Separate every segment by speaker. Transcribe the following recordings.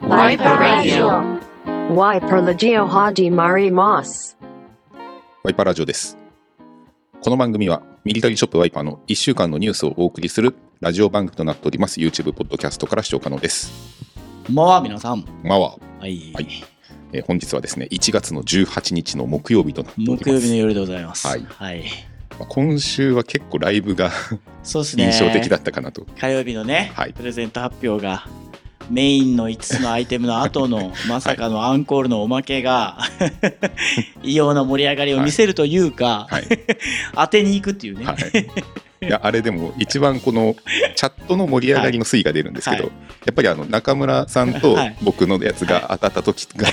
Speaker 1: Wiper Radio.
Speaker 2: Wiper Lagio Haji Mari Moss.
Speaker 3: ワイパーラジオです。この番組はミリタリーショップワイパーの1週間のニュースをお送りするラジオ番組となっております YouTube ポッドキャストから視聴可能です。
Speaker 4: こんばんは、皆さん。
Speaker 3: まあは、
Speaker 4: はい。
Speaker 3: はいえー本日はですね1月の18日の木曜日となっております。
Speaker 4: 木曜日の夜でございます。
Speaker 3: はいまあ今週は結構ライブが
Speaker 4: そうですね。
Speaker 3: 印象的だったかなと。
Speaker 4: 火曜日のね、
Speaker 3: はい
Speaker 4: プレゼント発表が、メインの5つのアイテムの 後の、まさかのアンコールのおまけが、 異様な盛り上がりを見せるというか、
Speaker 3: はい
Speaker 4: 当てに行くっていうね。
Speaker 3: はい、いやあれでも一番このチャットの盛り上がりの推移が出るんですけど、
Speaker 4: はい
Speaker 3: やっぱりあの中村さんと
Speaker 4: はい
Speaker 3: 僕のやつが当たった時が、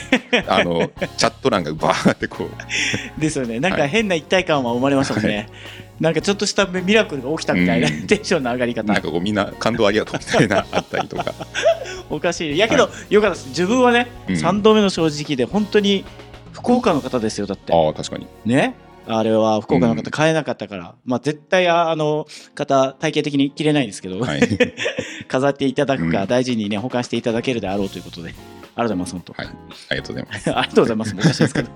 Speaker 3: あのチャット欄がバーってこう
Speaker 4: ですよね。なん
Speaker 3: は
Speaker 4: か
Speaker 3: い
Speaker 4: 変な一体感は生まれましたもんね。なんかちょっとしたミラクルが起きたみたいな
Speaker 3: うん
Speaker 4: テンションの上がり方
Speaker 3: なんかこうみんな感動ありがとうみたいなあったりと か、
Speaker 4: おかしいやけど、よかったです自分はね、
Speaker 3: うん
Speaker 4: 3度目の正直で本当に福岡の方ですよだって
Speaker 3: ああ確かに、
Speaker 4: ねあれは福岡の
Speaker 3: うん
Speaker 4: 方買えなかったから、まあ絶対ああの方体型的に着れないんですけど、
Speaker 3: はい
Speaker 4: 飾っていただく
Speaker 3: う
Speaker 4: か
Speaker 3: ん
Speaker 4: 大事にね保管していただけるであろうということでありがとうございます本当、
Speaker 3: はいありがとうございま
Speaker 4: ありがとうございますもうおかしいですけ ど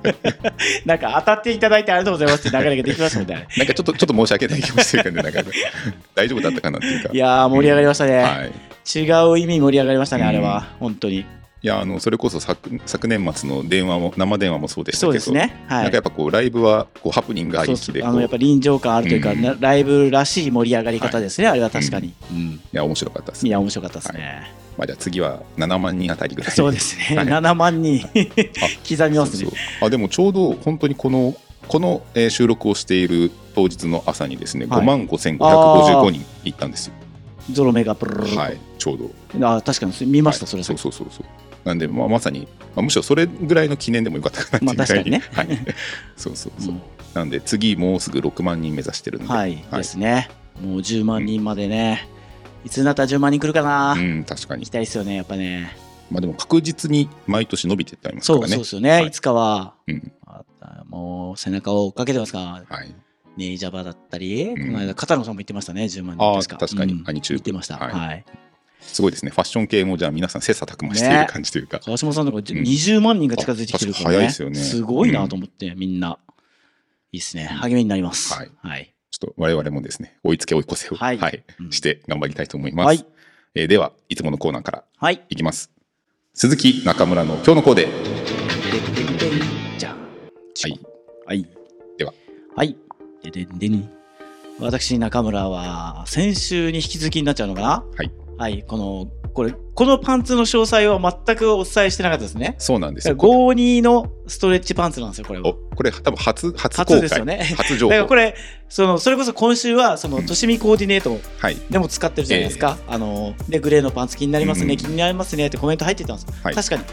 Speaker 4: なんか当たっていただいてありがとうございますって流れができましたので、
Speaker 3: す。なんかちょっとちょっと申し訳ない気もしてるんでなんか 大丈夫だったかなっていうか、
Speaker 4: いやー盛り上がりましたね、
Speaker 3: はい、い
Speaker 4: 違う意味盛り上がりましたねあれは、本当に
Speaker 3: やあのそれこそ昨昨年末の電話も生電話もそうでしたけ
Speaker 4: そ
Speaker 3: ど、
Speaker 4: うですねはい
Speaker 3: なんかやっぱこうライブはこうハプニングあ
Speaker 4: そ
Speaker 3: り
Speaker 4: う
Speaker 3: き
Speaker 4: そ
Speaker 3: で
Speaker 4: う
Speaker 3: こ
Speaker 4: あ
Speaker 3: う
Speaker 4: のやっぱ臨場感あるというか、
Speaker 3: うん
Speaker 4: なライブらしい盛り上がり方ですね、あれは確かに、うん
Speaker 3: いや面白かったです
Speaker 4: い。や面白かったですね、
Speaker 3: まあじゃあ次は7万人あたりぐらい。
Speaker 4: そうですね、
Speaker 3: はい
Speaker 4: 7万人刻みますね
Speaker 3: そうそうあでもちょうど本当にこのこのえー収録をしている当日の朝にですね、
Speaker 4: はい
Speaker 3: 5万5555人行ったんですよ。
Speaker 4: ゾロ目がプルルル、
Speaker 3: はい、ちょうど。
Speaker 4: あ確かに見ました、
Speaker 3: はい
Speaker 4: それ
Speaker 3: そ
Speaker 4: そう
Speaker 3: そうそうそうなんで、まあ、まさに、まあ、むしろそれぐらいの記念でもよかったかなっていうぐらい
Speaker 4: まあ
Speaker 3: はいそうそうそう、
Speaker 4: うん
Speaker 3: なんで次もうすぐ6万人目指してるんで
Speaker 4: はい、ですねもう10万人までね、いつになったら10万人来るかな、
Speaker 3: う
Speaker 4: 行
Speaker 3: ん確かに
Speaker 4: き、たいですよねやっぱね
Speaker 3: まあ、でも確実に毎年伸びてってあります
Speaker 4: そ
Speaker 3: か
Speaker 4: う
Speaker 3: ら
Speaker 4: そう
Speaker 3: ね
Speaker 4: ですよね、
Speaker 3: はい
Speaker 4: い、つかは
Speaker 3: うん
Speaker 4: あもう背中を追っかけてますから
Speaker 3: はい
Speaker 4: ネイジャバだったり、
Speaker 3: ん
Speaker 4: この間片野さんも言ってましたね10万
Speaker 3: あ
Speaker 4: 人
Speaker 3: あ
Speaker 4: 確か
Speaker 3: 確かに、
Speaker 4: うん
Speaker 3: アニチュ
Speaker 4: 言
Speaker 3: ー
Speaker 4: って
Speaker 3: ブ
Speaker 4: ました
Speaker 3: はい
Speaker 4: はい
Speaker 3: すごいですねファッション系もじゃあ皆さん切磋琢磨している感じというか、
Speaker 4: 川島さんとかじゅ
Speaker 3: うん
Speaker 4: 20万人が近づいてきてるから
Speaker 3: あ確かに早
Speaker 4: ね,、
Speaker 3: いですよね
Speaker 4: ごいなと思って、みんないいですね励みになります
Speaker 3: はい
Speaker 4: はい、
Speaker 3: ちょっと我々もですね追いつけ追い越せを、
Speaker 4: はいうん
Speaker 3: して頑張りたいと思います、
Speaker 4: はい
Speaker 3: えーではいつものコーナーから
Speaker 4: はい
Speaker 3: いきます鈴木中村の今日のコーデ
Speaker 4: でんでんでんじゃん
Speaker 3: はい
Speaker 4: はい。
Speaker 3: では。
Speaker 4: はい。ででんでん。私、中村は、先週に引き続きになっちゃうのかな
Speaker 3: はい。
Speaker 4: はい。この、これ、このパンツの詳細は全くお伝えしてなかったですね。
Speaker 3: そうなんですよ
Speaker 4: 52のストレッチパンツなんですよ、これ
Speaker 3: お
Speaker 4: は。
Speaker 3: これ多分初初公開
Speaker 4: 初ですよね。
Speaker 3: 初
Speaker 4: だ
Speaker 3: 情
Speaker 4: か
Speaker 3: 報
Speaker 4: らこれ、その、それこそ今週は、その、としみコーディネート
Speaker 3: はい
Speaker 4: でも使ってるじゃないですか。あの、で、グレーのパンツ気になりますね、
Speaker 3: うん
Speaker 4: 気になりますねってコメント入ってたんですよ。
Speaker 3: はい
Speaker 4: 確かに、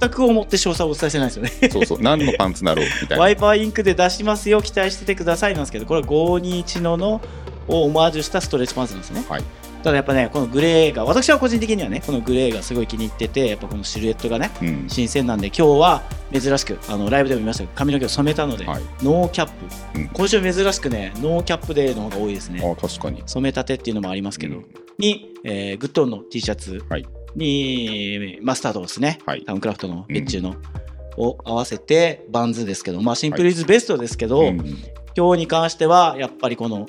Speaker 4: 全く思って詳細をお伝えしてないですよね。
Speaker 3: そうそう何のパンツだろうみたいな
Speaker 4: ワイパーインクで出しますよ期待しててくださいなんですけどこれは521ののをオマージュしたストレッチパンツなんですね、
Speaker 3: はい
Speaker 4: ただやっぱねこのグレーが私は個人的にはねこのグレーがすごい気に入っててやっぱこのシルエットがね
Speaker 3: うん
Speaker 4: 新鮮なんで今日は珍しくあのライブでも見ましたけど髪の毛を染めたので、
Speaker 3: はい
Speaker 4: ノーキャップ、
Speaker 3: うん
Speaker 4: 今週珍しくねノーキャップデーの方が多いですね
Speaker 3: あ確かに
Speaker 4: 染めたてっていうのもありますけど、
Speaker 3: うん
Speaker 4: に、えーグッドオンの T シャツ
Speaker 3: はい
Speaker 4: に、マスタードですね、
Speaker 3: はい
Speaker 4: タウンクラフトの別注の、を合わせてバンズですけど、まあ、シンプルイズベストですけど、
Speaker 3: うん
Speaker 4: 今日に関してはやっぱりこの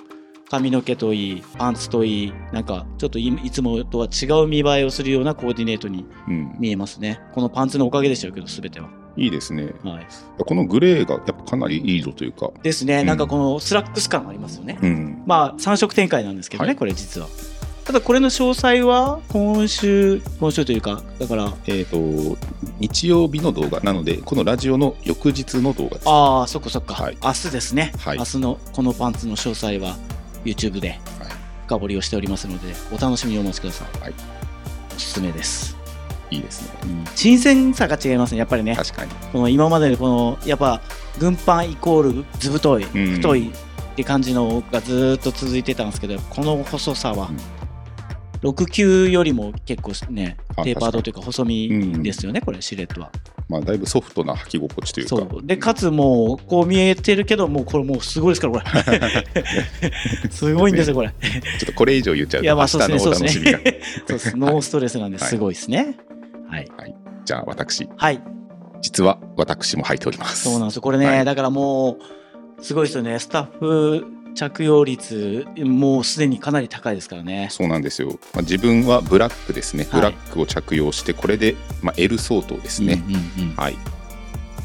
Speaker 4: 髪の毛といいパンツといいなんかちょっといいつもとは違う見栄えをするようなコーディネートに
Speaker 3: うん
Speaker 4: 見えますねこのパンツのおかげでしょうけど全ては、
Speaker 3: いいですね
Speaker 4: はい、
Speaker 3: このグレーがやっぱかなりいい色というか
Speaker 4: ですね、
Speaker 3: うん
Speaker 4: なんかこのスラックス感ありますよね、
Speaker 3: うん
Speaker 4: まあ3色展開なんですけどね、
Speaker 3: はい
Speaker 4: これ実はただこれの詳細は今週今週というかだから
Speaker 3: えっ、と日曜日の動画なのでこのラジオの翌日の動画ですは
Speaker 4: ああそっかそっか、
Speaker 3: はい
Speaker 4: 明日ですね、
Speaker 3: はい
Speaker 4: 明日のこのパンツの詳細は YouTube で深掘りをしておりますのでお楽しみにお待ちください、
Speaker 3: はい
Speaker 4: おすすめです、
Speaker 3: いいいですね
Speaker 4: うん新鮮さが違いますねやっぱりね
Speaker 3: 確かに
Speaker 4: この今までのこのやっぱ軍パンイコール図太い
Speaker 3: ん
Speaker 4: 太いって感じのがずーっと続いてたんですけどこの細さは
Speaker 3: うん
Speaker 4: 6級よりも結構ね
Speaker 3: あ
Speaker 4: テーパードというか細身ですよね、これシルエットは。
Speaker 3: まあだいぶソフトな履き心地というか
Speaker 4: そうでかつもうこう見えてるけどもうこれもうすごいですか らこれすごいんですよこれ
Speaker 3: ちょっとこれ以上言っちゃう
Speaker 4: い
Speaker 3: と
Speaker 4: やま
Speaker 3: 明
Speaker 4: あ
Speaker 3: 日
Speaker 4: そうで
Speaker 3: のお
Speaker 4: すね
Speaker 3: 楽しみが
Speaker 4: そうですノーストレスなんで
Speaker 3: はい
Speaker 4: すごいですねはい、
Speaker 3: はい じゃあ私、
Speaker 4: はい、
Speaker 3: 実は私も履いております。
Speaker 4: そうなんですよ。これね、
Speaker 3: はい
Speaker 4: だからもう、すごいですよね。スタッフ着用率、もうすでにかなり高いですからね。
Speaker 3: そうなんですよ、まあ、自分はブラックですね、
Speaker 4: はい
Speaker 3: ブラックを着用して、これで、まあ、L 相当ですね、
Speaker 4: うんうんうん
Speaker 3: はい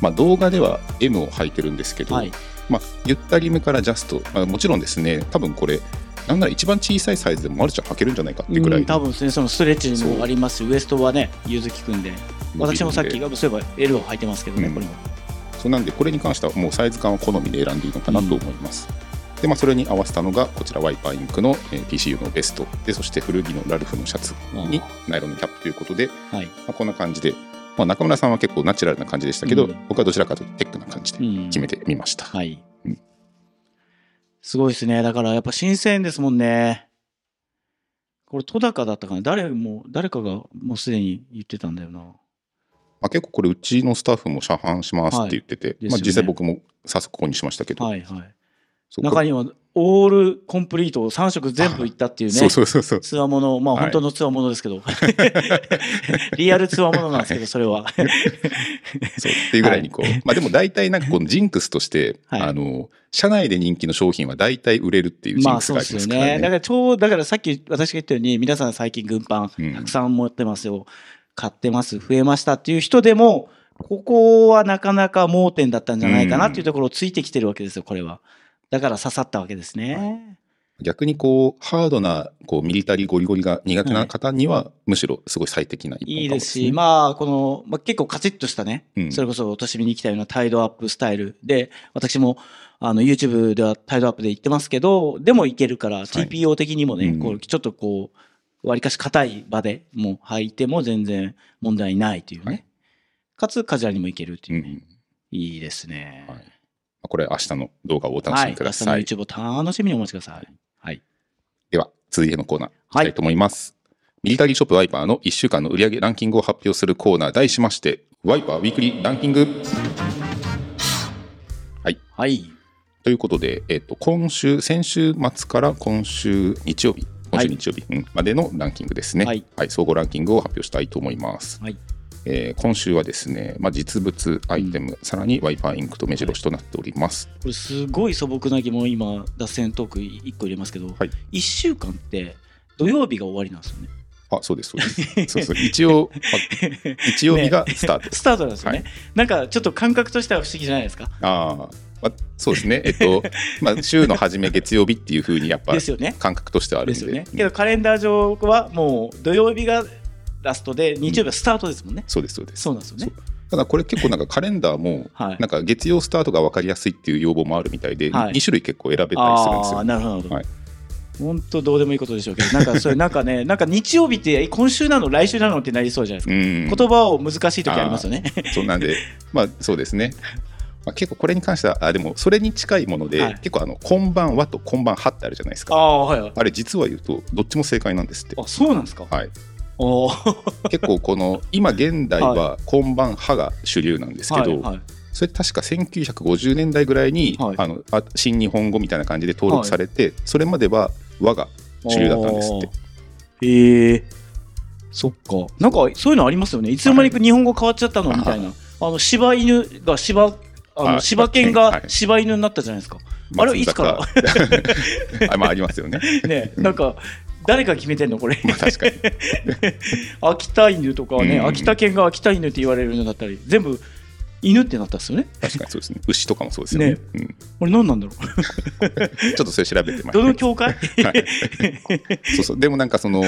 Speaker 3: まあ、動画では M を履いてるんですけど、
Speaker 4: はい。
Speaker 3: まあ、ゆったりめからジャスト、まあ、もちろんですね、多分これ、なんなら一番小さいサイズでもマルちゃん履けるんじゃないかってぐらい、
Speaker 4: うん多分ですね、そのストレッチもありますし、ウエストはね、ゆずきくん
Speaker 3: 伸
Speaker 4: で、
Speaker 3: びるんで
Speaker 4: 私もさっき、そういえば L を履いてますけどね、
Speaker 3: うん
Speaker 4: これも。
Speaker 3: そうなんで、これに関してはもうサイズ感は好みで選んでいいのかなと思います。でまあ、それに合わせたのが、こちら、ワイパーインクのえー PCU のベストで、そして古着のラルフのシャツにナイロンのキャップということで、
Speaker 4: はい。
Speaker 3: まあ、こんな感じで、まあ、中村さんは結構ナチュラルな感じでしたけど、
Speaker 4: うん
Speaker 3: 僕はどちらかというとテックな感じで
Speaker 4: うん
Speaker 3: 決めてみました。
Speaker 4: はい
Speaker 3: うん。
Speaker 4: すごいですね。だからやっぱ新鮮ですもんね。これ、戸高だったかな。誰も、誰かがもうすでに言ってたんだよな。
Speaker 3: まあ、結構これ、うちのスタッフも車販しますって言ってて、
Speaker 4: い
Speaker 3: まあ、
Speaker 4: ですよね
Speaker 3: 実際僕も早速ここにしましたけど、
Speaker 4: はいはい。
Speaker 3: そう
Speaker 4: 中には、オールコンプリート、3色全部いったっていうね。
Speaker 3: そうそうそうそう。
Speaker 4: つわもの、まあ
Speaker 3: はい
Speaker 4: 本当のつわものですけど、 リアルつわものなんですけど、それは。
Speaker 3: そうっていうぐらいにこう、まあでも大体なんかこのジンクスとして、
Speaker 4: はい
Speaker 3: あの社内で人気の商品は大体売れるっていうジ
Speaker 4: ま
Speaker 3: ン
Speaker 4: あ
Speaker 3: クス
Speaker 4: そう
Speaker 3: が
Speaker 4: で
Speaker 3: あり
Speaker 4: す
Speaker 3: ま
Speaker 4: よ
Speaker 3: すからね。
Speaker 4: ね。だからちょうど、だからさっき私が言ったように、皆さん最近軍パ
Speaker 3: う
Speaker 4: ン
Speaker 3: ん
Speaker 4: たくさん持ってますよ、買ってます、増えましたっていう人でも、ここはなかなか盲点だったんじゃないかなっていうところをついてきてるわけですよ、これは。だから刺さったわけですね。
Speaker 3: 逆にこうハードなこうミリタリーゴリゴリが苦手な方には、むしろすごい最適な一本かも
Speaker 4: いいですし、まあ、この、まあ、結構カチッとしたね、
Speaker 3: うん
Speaker 4: それこそお年見に来たようなタイドアップスタイルで、私も、あの、YouTube ではタイドアップで行ってますけど、でもいけるから、TPO 的にもね、
Speaker 3: うん
Speaker 4: こう、ちょっとこう、割かし硬い場でもう履いても全然問題ないというね。
Speaker 3: はい
Speaker 4: かつ、カジュアルにもいけるって
Speaker 3: う
Speaker 4: い
Speaker 3: ん
Speaker 4: うね。いいですね。
Speaker 3: はいこれ明日の動画をお楽し
Speaker 4: はい。
Speaker 3: みく
Speaker 4: 明
Speaker 3: だ
Speaker 4: 日
Speaker 3: さ
Speaker 4: の
Speaker 3: い、
Speaker 4: YouTube を楽しみにお待ちください。はい。
Speaker 3: では続いてのコーナーいき
Speaker 4: は
Speaker 3: たい
Speaker 4: い。
Speaker 3: と思います、ミリタリーショップワイパーの1週間の売上ランキングを発表するコーナー題しましてワイパーウィークリーランキング
Speaker 4: はい。
Speaker 3: ということで、えっと、今週、先週末から今週日曜日、今週日曜日うんまでのランキングですね、は
Speaker 4: はいい
Speaker 3: 総合ランキングを発表したいと思います。
Speaker 4: はい
Speaker 3: えー今週はですね、まあ、実物、アイテム、さらにワイパーインクと目白押しとなっております。
Speaker 4: これすごい素朴な疑問今脱線トーク1個入れますけど、
Speaker 3: はい
Speaker 4: 1週間って土曜日が終わりなんですよね
Speaker 3: あ、そうです、そうです。そうそう一応、 あ日曜日がスタート。
Speaker 4: スタートなんですよね、なんかちょっと感覚としては不思議じゃないですか
Speaker 3: あーまあ、そうですね、えっと、まあ、週の初め、月曜日っていうふうに、やっぱ
Speaker 4: ですよね
Speaker 3: 感覚としてはある
Speaker 4: で
Speaker 3: ん
Speaker 4: す
Speaker 3: で、
Speaker 4: よね
Speaker 3: うん
Speaker 4: けどカレンダー上はもう土曜日がラストで日曜日はスタートですもんね、
Speaker 3: そうです、そうです。
Speaker 4: そうなんですよね
Speaker 3: ただ、これ結構、なんかカレンダーも、
Speaker 4: はい
Speaker 3: なんか月曜スタートが分かりやすいっていう要望もあるみたいで、
Speaker 4: はい
Speaker 3: 2種類結構選べたりするんです
Speaker 4: ああ
Speaker 3: よ
Speaker 4: ー。なるほどなるほど、
Speaker 3: はい
Speaker 4: 本当どうでもいいことでしょうけどなんかそれなんかねなんか日曜日ってえ今週なの来週なのってなりそうじゃないですか、
Speaker 3: うん、
Speaker 4: 言葉を難しい時ありますよね
Speaker 3: そうなんで、まあそうです ね。まあ、結構これに関しては、あでもそれに近いもので、
Speaker 4: はい
Speaker 3: 結構あの、こんばんはとこんばんはってあるじゃないです
Speaker 4: あ
Speaker 3: か。
Speaker 4: あはいはい
Speaker 3: あれ、実は言うと、どっちも正解なんですって。
Speaker 4: あそうなんですか
Speaker 3: はい、
Speaker 4: おー
Speaker 3: 結構この今現代はこんばんはが主流なんですけど、
Speaker 4: はいはい
Speaker 3: それ確か1950年代ぐらいに、
Speaker 4: はい
Speaker 3: あのあ新日本語みたいな感じで登録されて、それまでは和が主流だったんですって。
Speaker 4: て。へえそっか。なんかそういうのありますよね。いつの間にか日本語変わっちゃったのみたいな。あの柴犬が柴あ
Speaker 3: あ
Speaker 4: の柴
Speaker 3: 柴
Speaker 4: 犬
Speaker 3: 犬
Speaker 4: が
Speaker 3: はい
Speaker 4: 柴犬になったじゃない ですか。あれいつから
Speaker 3: 松坂 あまあありますよね。
Speaker 4: ね、なんか誰が決めてんのこれ。
Speaker 3: まあ 確かに。
Speaker 4: 秋田犬とかはね、
Speaker 3: うん
Speaker 4: 秋田犬が秋田犬って言われるようになったり、全部犬ってなったんですよね。
Speaker 3: 確かにそうですね。牛とかもそうですよね。
Speaker 4: ね
Speaker 3: うん、ち
Speaker 4: これ何なんだろう。
Speaker 3: ょっとそれ調べてまい
Speaker 4: ど
Speaker 3: りま
Speaker 4: の
Speaker 3: す
Speaker 4: 教会？
Speaker 3: はいそうそうでもなんかその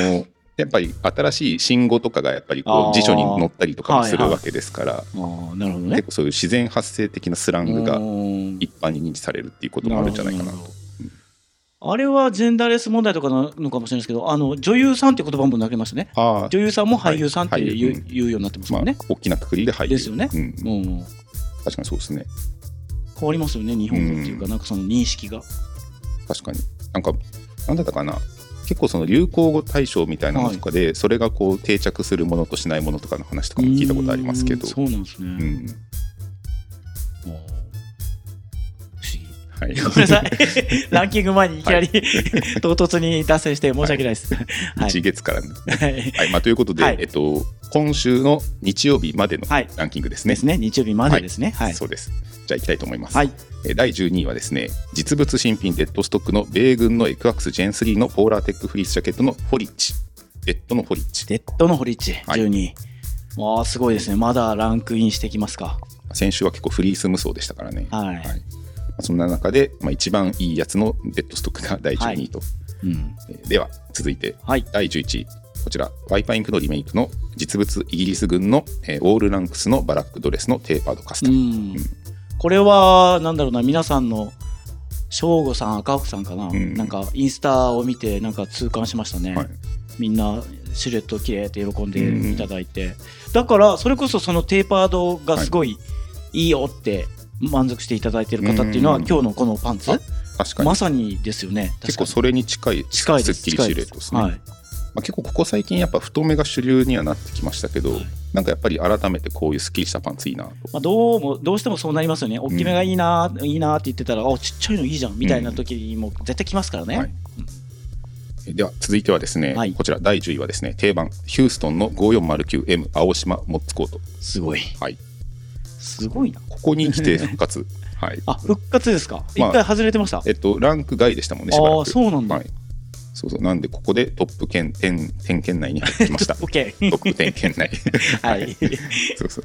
Speaker 3: やっぱり新しい新語とかがやっぱりこ
Speaker 4: あ
Speaker 3: う
Speaker 4: ー
Speaker 3: 辞書に載ったりとかもする
Speaker 4: はいはい
Speaker 3: わけですから、
Speaker 4: ああ、なるほど
Speaker 3: 結。構そういう自然発生的なスラングが
Speaker 4: うん
Speaker 3: 一般に認知されるっていうこともあるんじゃないかな
Speaker 4: る
Speaker 3: と
Speaker 4: ほど。あれはジェンダーレス問題とかなのかもしれないですけど、あの女優さんって言葉も投げましたね。
Speaker 3: あー
Speaker 4: 女優さんも俳優さんっていう,、
Speaker 3: はい俳優うん
Speaker 4: 言うようになってます
Speaker 3: ま
Speaker 4: も
Speaker 3: あ
Speaker 4: んね。
Speaker 3: 大きな括りで入る
Speaker 4: ですよね
Speaker 3: うん、
Speaker 4: もうん
Speaker 3: 確かにそうですね
Speaker 4: 変わりますよね、日本語っていうか、
Speaker 3: うん
Speaker 4: なんかその認識が。
Speaker 3: 確かになんかなんだったかな結構その流行語大賞みたいなのとかで、それがこう定着するものとしないものとかの話とかも聞いたことありますけど
Speaker 4: うんそうなんです
Speaker 3: う
Speaker 4: ね。
Speaker 3: ん
Speaker 4: もう不思議。
Speaker 3: はい。
Speaker 4: ごめんな さい。ランキング前にいきなり、唐突に脱線して申し訳ないで す。はい
Speaker 3: 1。月からね。
Speaker 4: はい
Speaker 3: はい。まあ、ということで、
Speaker 4: はい
Speaker 3: えっと、今週の日曜日までの
Speaker 4: はい
Speaker 3: ランキングですね。
Speaker 4: ですね。日曜日までですね。はい。
Speaker 3: そうです。じゃあ行きたいと思います。
Speaker 4: はい。
Speaker 3: えー第12位はですね、実物新品デッドストックの米軍のエクアクス Gen3 のポーラーテックフリースジャケットのフォリッチ。デッドのフォリッチ。
Speaker 4: デッドの堀ッチ
Speaker 3: はい
Speaker 4: 12位。わあすごいですね。まだランクインしてきますか。
Speaker 3: 先週は結構フリース無双でしたからね。
Speaker 4: はい
Speaker 3: まあそんな中で、まあ、一番いいやつのデッドストックが第12位と。
Speaker 4: うん。
Speaker 3: えーでは、続いて
Speaker 4: はい。
Speaker 3: 第11位。こちら、ワイパインクのリメイクの実物イギリス軍の、えーオールランクスのバラックドレスのテーパードカスタ
Speaker 4: う
Speaker 3: ム。
Speaker 4: ん。これは、なんだろうな、皆さんの、省吾さん、赤福さんかな、
Speaker 3: ん
Speaker 4: なんかインスタを見て、なんか痛感しましたね。
Speaker 3: はい
Speaker 4: みんなシルエット綺麗って喜んでいただいて、だからそれこそそのテーパードがすごいいいよって満足していただいてる方っていうのは
Speaker 3: うん
Speaker 4: 今日のこのパンツ
Speaker 3: あ確かに
Speaker 4: ま。さにですよね
Speaker 3: 結構
Speaker 4: 確か
Speaker 3: それに近い、
Speaker 4: に近い
Speaker 3: す
Speaker 4: で
Speaker 3: っ
Speaker 4: す
Speaker 3: きり
Speaker 4: 近
Speaker 3: シ
Speaker 4: い
Speaker 3: ルエ
Speaker 4: で
Speaker 3: ッ
Speaker 4: す
Speaker 3: トですね。
Speaker 4: はい
Speaker 3: まあ、結構ここ最近やっぱ太めが主流にはなってきましたけど、なんかやっぱり改めてこういうスッキリしたパンツいいなと
Speaker 4: まあ、どうもどうしてもそうなりますよね大きめがいいな、いいなって言ってたらあちっちゃいのいいじゃんみたいな時も絶対来ますからね、
Speaker 3: はいえでは続いてはですね、
Speaker 4: はい
Speaker 3: こちら第10位はですね定番ヒューストンの 5409M 青島モッツコート
Speaker 4: すごい
Speaker 3: はい
Speaker 4: すごいな
Speaker 3: ここに来て復 活はい
Speaker 4: あ復活ですか一、
Speaker 3: まあ
Speaker 4: 回外れてました、
Speaker 3: えっとランク外でしたもんねしばらく
Speaker 4: ああそうなんだ、
Speaker 3: はいそうそうなんでここでトップ圏点点圏内に入ってきま した
Speaker 4: オ
Speaker 3: ト
Speaker 4: ッケ
Speaker 3: ップ点圏内
Speaker 4: ーはい
Speaker 3: そうそう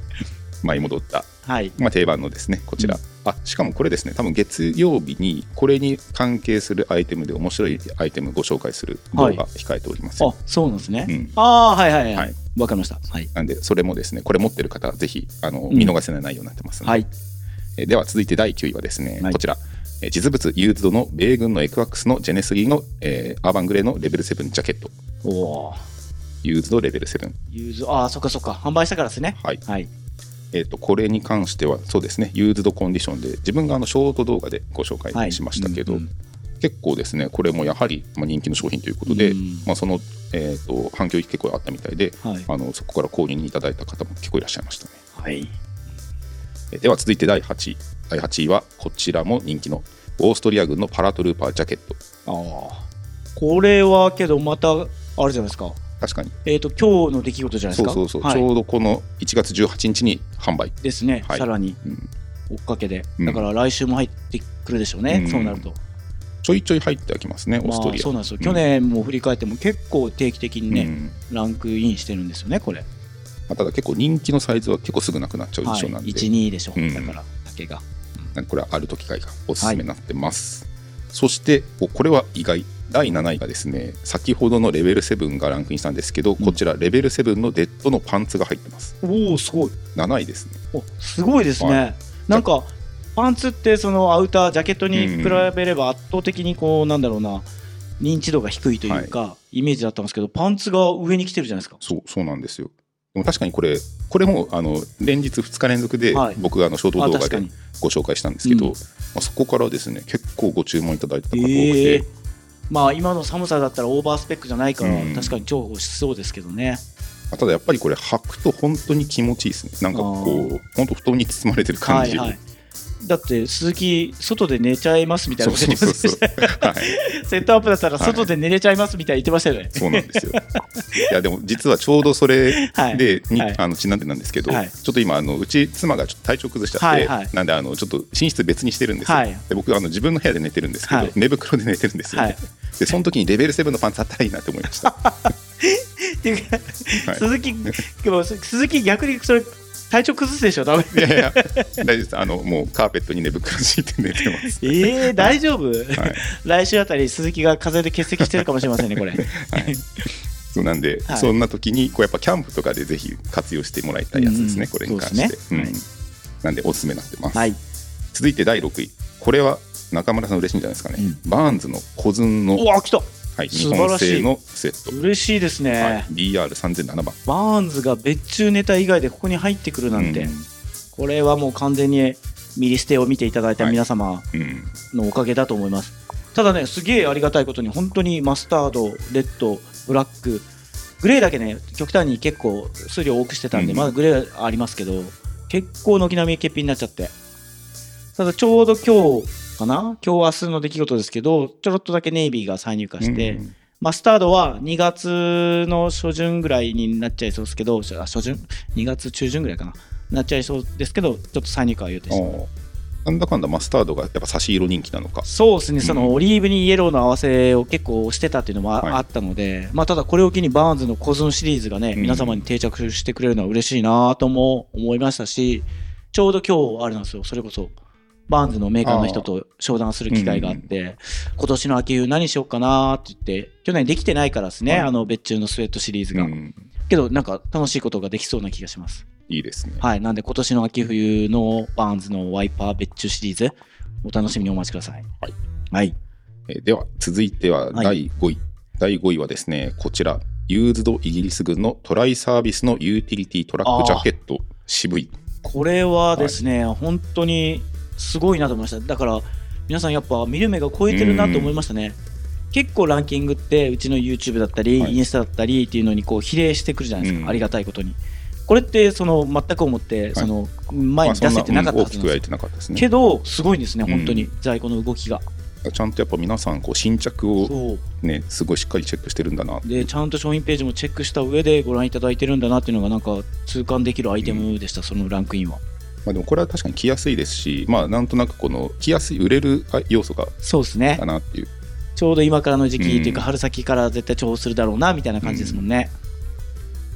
Speaker 3: 舞い戻った、
Speaker 4: はい
Speaker 3: まあ、定番のですねこちら、あしかもこれですね多分月曜日にこれに関係するアイテムで面白いアイテムご紹介する動画控えております、
Speaker 4: あそうなんですね、
Speaker 3: うん
Speaker 4: ああはいはいはいわ
Speaker 3: は、い
Speaker 4: かりましたはい、
Speaker 3: なんでそれもですねこれ持ってる方はぜひあの
Speaker 4: うん
Speaker 3: 見逃せない内容になってますので、
Speaker 4: はい、
Speaker 3: えーでは続いて第9位はですね、
Speaker 4: はい
Speaker 3: こちら、えー実物ユーズドの米軍のエクワックスのジェネスリーの、えーアーバングレーのレベル7ジャケット、
Speaker 4: おおー
Speaker 3: ユーズドレベル7。
Speaker 4: ユーズああそっかそっか販売したからですね
Speaker 3: はい
Speaker 4: はい
Speaker 3: えー、とこれに関しては、そうですね、ユーズドコンディションで、自分があのショート動画でご紹
Speaker 4: は
Speaker 3: 介
Speaker 4: い
Speaker 3: しましたけど、
Speaker 4: うんうん
Speaker 3: 結構ですね、これもやはり、まあ、人気の商品ということで、
Speaker 4: うん
Speaker 3: まあ、その、えー、と反響結構あったみたいで、
Speaker 4: はい
Speaker 3: あのそこから購入にいただいた方も結構いらっしゃいましたね。
Speaker 4: はい
Speaker 3: えーでは続いて第8位、第8位はこちらも人気のオーストリア軍のパラトルーパージャケット、
Speaker 4: ああこれはけどまたあれじゃないですか
Speaker 3: 確かに
Speaker 4: えっ、と今日の出来事じゃないで
Speaker 3: そ
Speaker 4: す
Speaker 3: うそうそ
Speaker 4: か
Speaker 3: う、
Speaker 4: はい
Speaker 3: ちょうどこの1月18日に販売、
Speaker 4: ですね、
Speaker 3: はい
Speaker 4: さらに
Speaker 3: うん
Speaker 4: 追っかけで、
Speaker 3: うん
Speaker 4: だから来週も入ってくるでしょうね、
Speaker 3: うん
Speaker 4: そうなると
Speaker 3: ちょいちょい入ってはきますね、オースト
Speaker 4: まあ
Speaker 3: リア。
Speaker 4: そうなんですよ、
Speaker 3: うん
Speaker 4: 去年も振り返っても結構定期的にね、
Speaker 3: うん
Speaker 4: ランクインしてるんですよねこれ、
Speaker 3: まあただ結構人気のサイズは結構すぐなくなっちゃう
Speaker 4: は
Speaker 3: 印
Speaker 4: い、
Speaker 3: 象なんで、
Speaker 4: 12でしょ、
Speaker 3: うん
Speaker 4: だから竹が
Speaker 3: なんかこれはある時会がおすすめになってます。そしておこれは意外第7位がですね先ほどのレベル7がランクインしたんですけど、こちらレベル7のデッドのパンツが入ってます
Speaker 4: おおすごい
Speaker 3: 7位ですね
Speaker 4: おすごいですね、
Speaker 3: は
Speaker 4: なんかパンツってそのアウタージャケットに比べれば圧倒的にこうなんだろうな認知度が低いというか、イメージだったんですけどパンツが上に来てるじゃないですか
Speaker 3: そうそうなんですよでも確かにこれこれもあの連日2日連続で
Speaker 4: はい
Speaker 3: 僕があのショート動
Speaker 4: あ
Speaker 3: 画
Speaker 4: 確か
Speaker 3: で
Speaker 4: に
Speaker 3: ご紹介したんですけど、
Speaker 4: うん
Speaker 3: まあ、そこからですね結構ご注文いただいた方多くて、
Speaker 4: ええまあ今の寒さだったらオーバースペックじゃないから、
Speaker 3: うん
Speaker 4: 確かに重宝しそうですけどね
Speaker 3: まあただやっぱりこれ履くと本当に気持ちいいですねなんかこう本当布団に包まれてる感じ、
Speaker 4: はいはいだって鈴木外で寝ちゃいますみたい
Speaker 3: そ
Speaker 4: な
Speaker 3: う
Speaker 4: こと
Speaker 3: そ
Speaker 4: 言
Speaker 3: う
Speaker 4: って
Speaker 3: そ
Speaker 4: ま
Speaker 3: う
Speaker 4: す
Speaker 3: そうはい
Speaker 4: セットアップだったら
Speaker 3: はい
Speaker 4: 外で寝れちゃいますみたいな言ってましたよね
Speaker 3: そうなんですよいやでも実はちょうどそれ
Speaker 4: はい
Speaker 3: でに、
Speaker 4: はい
Speaker 3: あのちなんでなんですけど、
Speaker 4: はい
Speaker 3: ちょっと今あのうち妻がちょっと体調崩しちゃって、
Speaker 4: はいはい
Speaker 3: なんであのちょっと寝室別にしてるんですよ、
Speaker 4: はい
Speaker 3: で僕あの自分の部屋で寝てるんですけど、
Speaker 4: はい
Speaker 3: 寝袋で寝てるんですよ、ね
Speaker 4: はい
Speaker 3: でその時にレベル7のパンツあったらいいなって思いました
Speaker 4: っていうか、
Speaker 3: はい
Speaker 4: 鈴木でも鈴木逆にそれ体調崩すでし ょダメ
Speaker 3: いやいや大丈夫ですあのもうカーペットに寝袋敷いて寝てます
Speaker 4: えー、大丈夫、
Speaker 3: はい
Speaker 4: 来週あたり鈴木が風邪で欠席してるかもしれません ねこれ
Speaker 3: そうなんで、
Speaker 4: はい
Speaker 3: そんな時にこうやっぱキャンプとかでぜひ活用してもらいたいやつですね、
Speaker 4: うん
Speaker 3: これに関して
Speaker 4: そうですね
Speaker 3: うん
Speaker 4: はい
Speaker 3: なんでおすすめになってます、
Speaker 4: はい
Speaker 3: 続いて第6位これは中村さん嬉しいんじゃないですかね、
Speaker 4: う
Speaker 3: バーンズの古寸の
Speaker 4: う、わ来た
Speaker 3: はい、日
Speaker 4: 素晴
Speaker 3: 本
Speaker 4: らしい
Speaker 3: 製のセット、
Speaker 4: 嬉しいですね、
Speaker 3: はい、BR3007 番
Speaker 4: バーンズが別注ネタ以外でここに入ってくるなんて、
Speaker 3: うん
Speaker 4: これはもう完全にミリステを見ていただいた皆様
Speaker 3: うん
Speaker 4: のおかげだと思います、ただねすげえありがたいことに本当にマスタードレッドブラックグレーだけね極端に結構数量多くしてたんで、
Speaker 3: うん
Speaker 4: まだグレーありますけど結構軒並み欠品になっちゃってただちょうど今日かな今日明日の出来事ですけどちょろっとだけネイビーが再入荷して、
Speaker 3: うん
Speaker 4: マスタードは2月の初旬ぐらいになっちゃいそうですけどあ初旬2月中旬ぐらいかななっちゃいそうですけどちょっと再入荷は予定してます
Speaker 3: ああなんだかんだマスタードがやっぱ差し色人気なのか。
Speaker 4: そうですね、
Speaker 3: うん
Speaker 4: そのオリーブにイエローの合わせを結構してたっていうのもあ,、
Speaker 3: はい
Speaker 4: ったので、まあ、ただこれを機にバーンズのコズンシリーズがね、
Speaker 3: うん
Speaker 4: 皆様に定着してくれるのは嬉しいなとも思いましたしちょうど今日あれなんですよそれこそバーンズのメーカーの人と商談する機会があって、今年の秋冬何しようかなって言って去年できてないからですね、
Speaker 3: はい
Speaker 4: あの別注のスウェットシリーズ
Speaker 3: う
Speaker 4: が、
Speaker 3: ん、
Speaker 4: けどなんか楽しいことができそうな気がします
Speaker 3: いいですね。
Speaker 4: はいなんで今年の秋冬のバーンズのワイパー別注シリーズお楽しみにお待ちください
Speaker 3: はい、
Speaker 4: はい
Speaker 3: えーでは続いては
Speaker 4: はい
Speaker 3: 第5位、第5位はですねこちらユーズドイギリス軍のトライサービスのユーティリティトラックジャケット渋い
Speaker 4: これはですね、本当にすごいなと思いましただから皆さんやっぱ見る目が超えてるなと思いましたね、結構ランキングってうちの YouTube だったり、
Speaker 3: はい
Speaker 4: インスタだったりっていうのにこう比例してくるじゃないですか、
Speaker 3: うん
Speaker 4: ありがたいことにこれってその全く思ってその前
Speaker 3: ま
Speaker 4: に
Speaker 3: あそ
Speaker 4: 出
Speaker 3: ん
Speaker 4: せ
Speaker 3: な
Speaker 4: てなか
Speaker 3: う
Speaker 4: った
Speaker 3: ん
Speaker 4: は
Speaker 3: 大
Speaker 4: ず
Speaker 3: きくは
Speaker 4: なんですよ
Speaker 3: やってなかったですね
Speaker 4: けどすごいんですね本当に、
Speaker 3: う
Speaker 4: 在庫の動きが
Speaker 3: ちゃんとやっぱ皆さんこう新着を
Speaker 4: そう
Speaker 3: ねすごいしっかりチェックしてるんだな
Speaker 4: でちゃんと商品ページもチェックした上でご覧いただいてるんだなっていうのがなんか痛感できるアイテムでした、そのランクインは
Speaker 3: まあ、でもこれは確かに着やすいですし、まあ、なんとなくこの着やすい売れる要素が
Speaker 4: そうですね
Speaker 3: かなっていう
Speaker 4: ちょうど今からの時期というか
Speaker 3: うん
Speaker 4: 春先から絶対重宝するだろうなみたいな感じですもんね。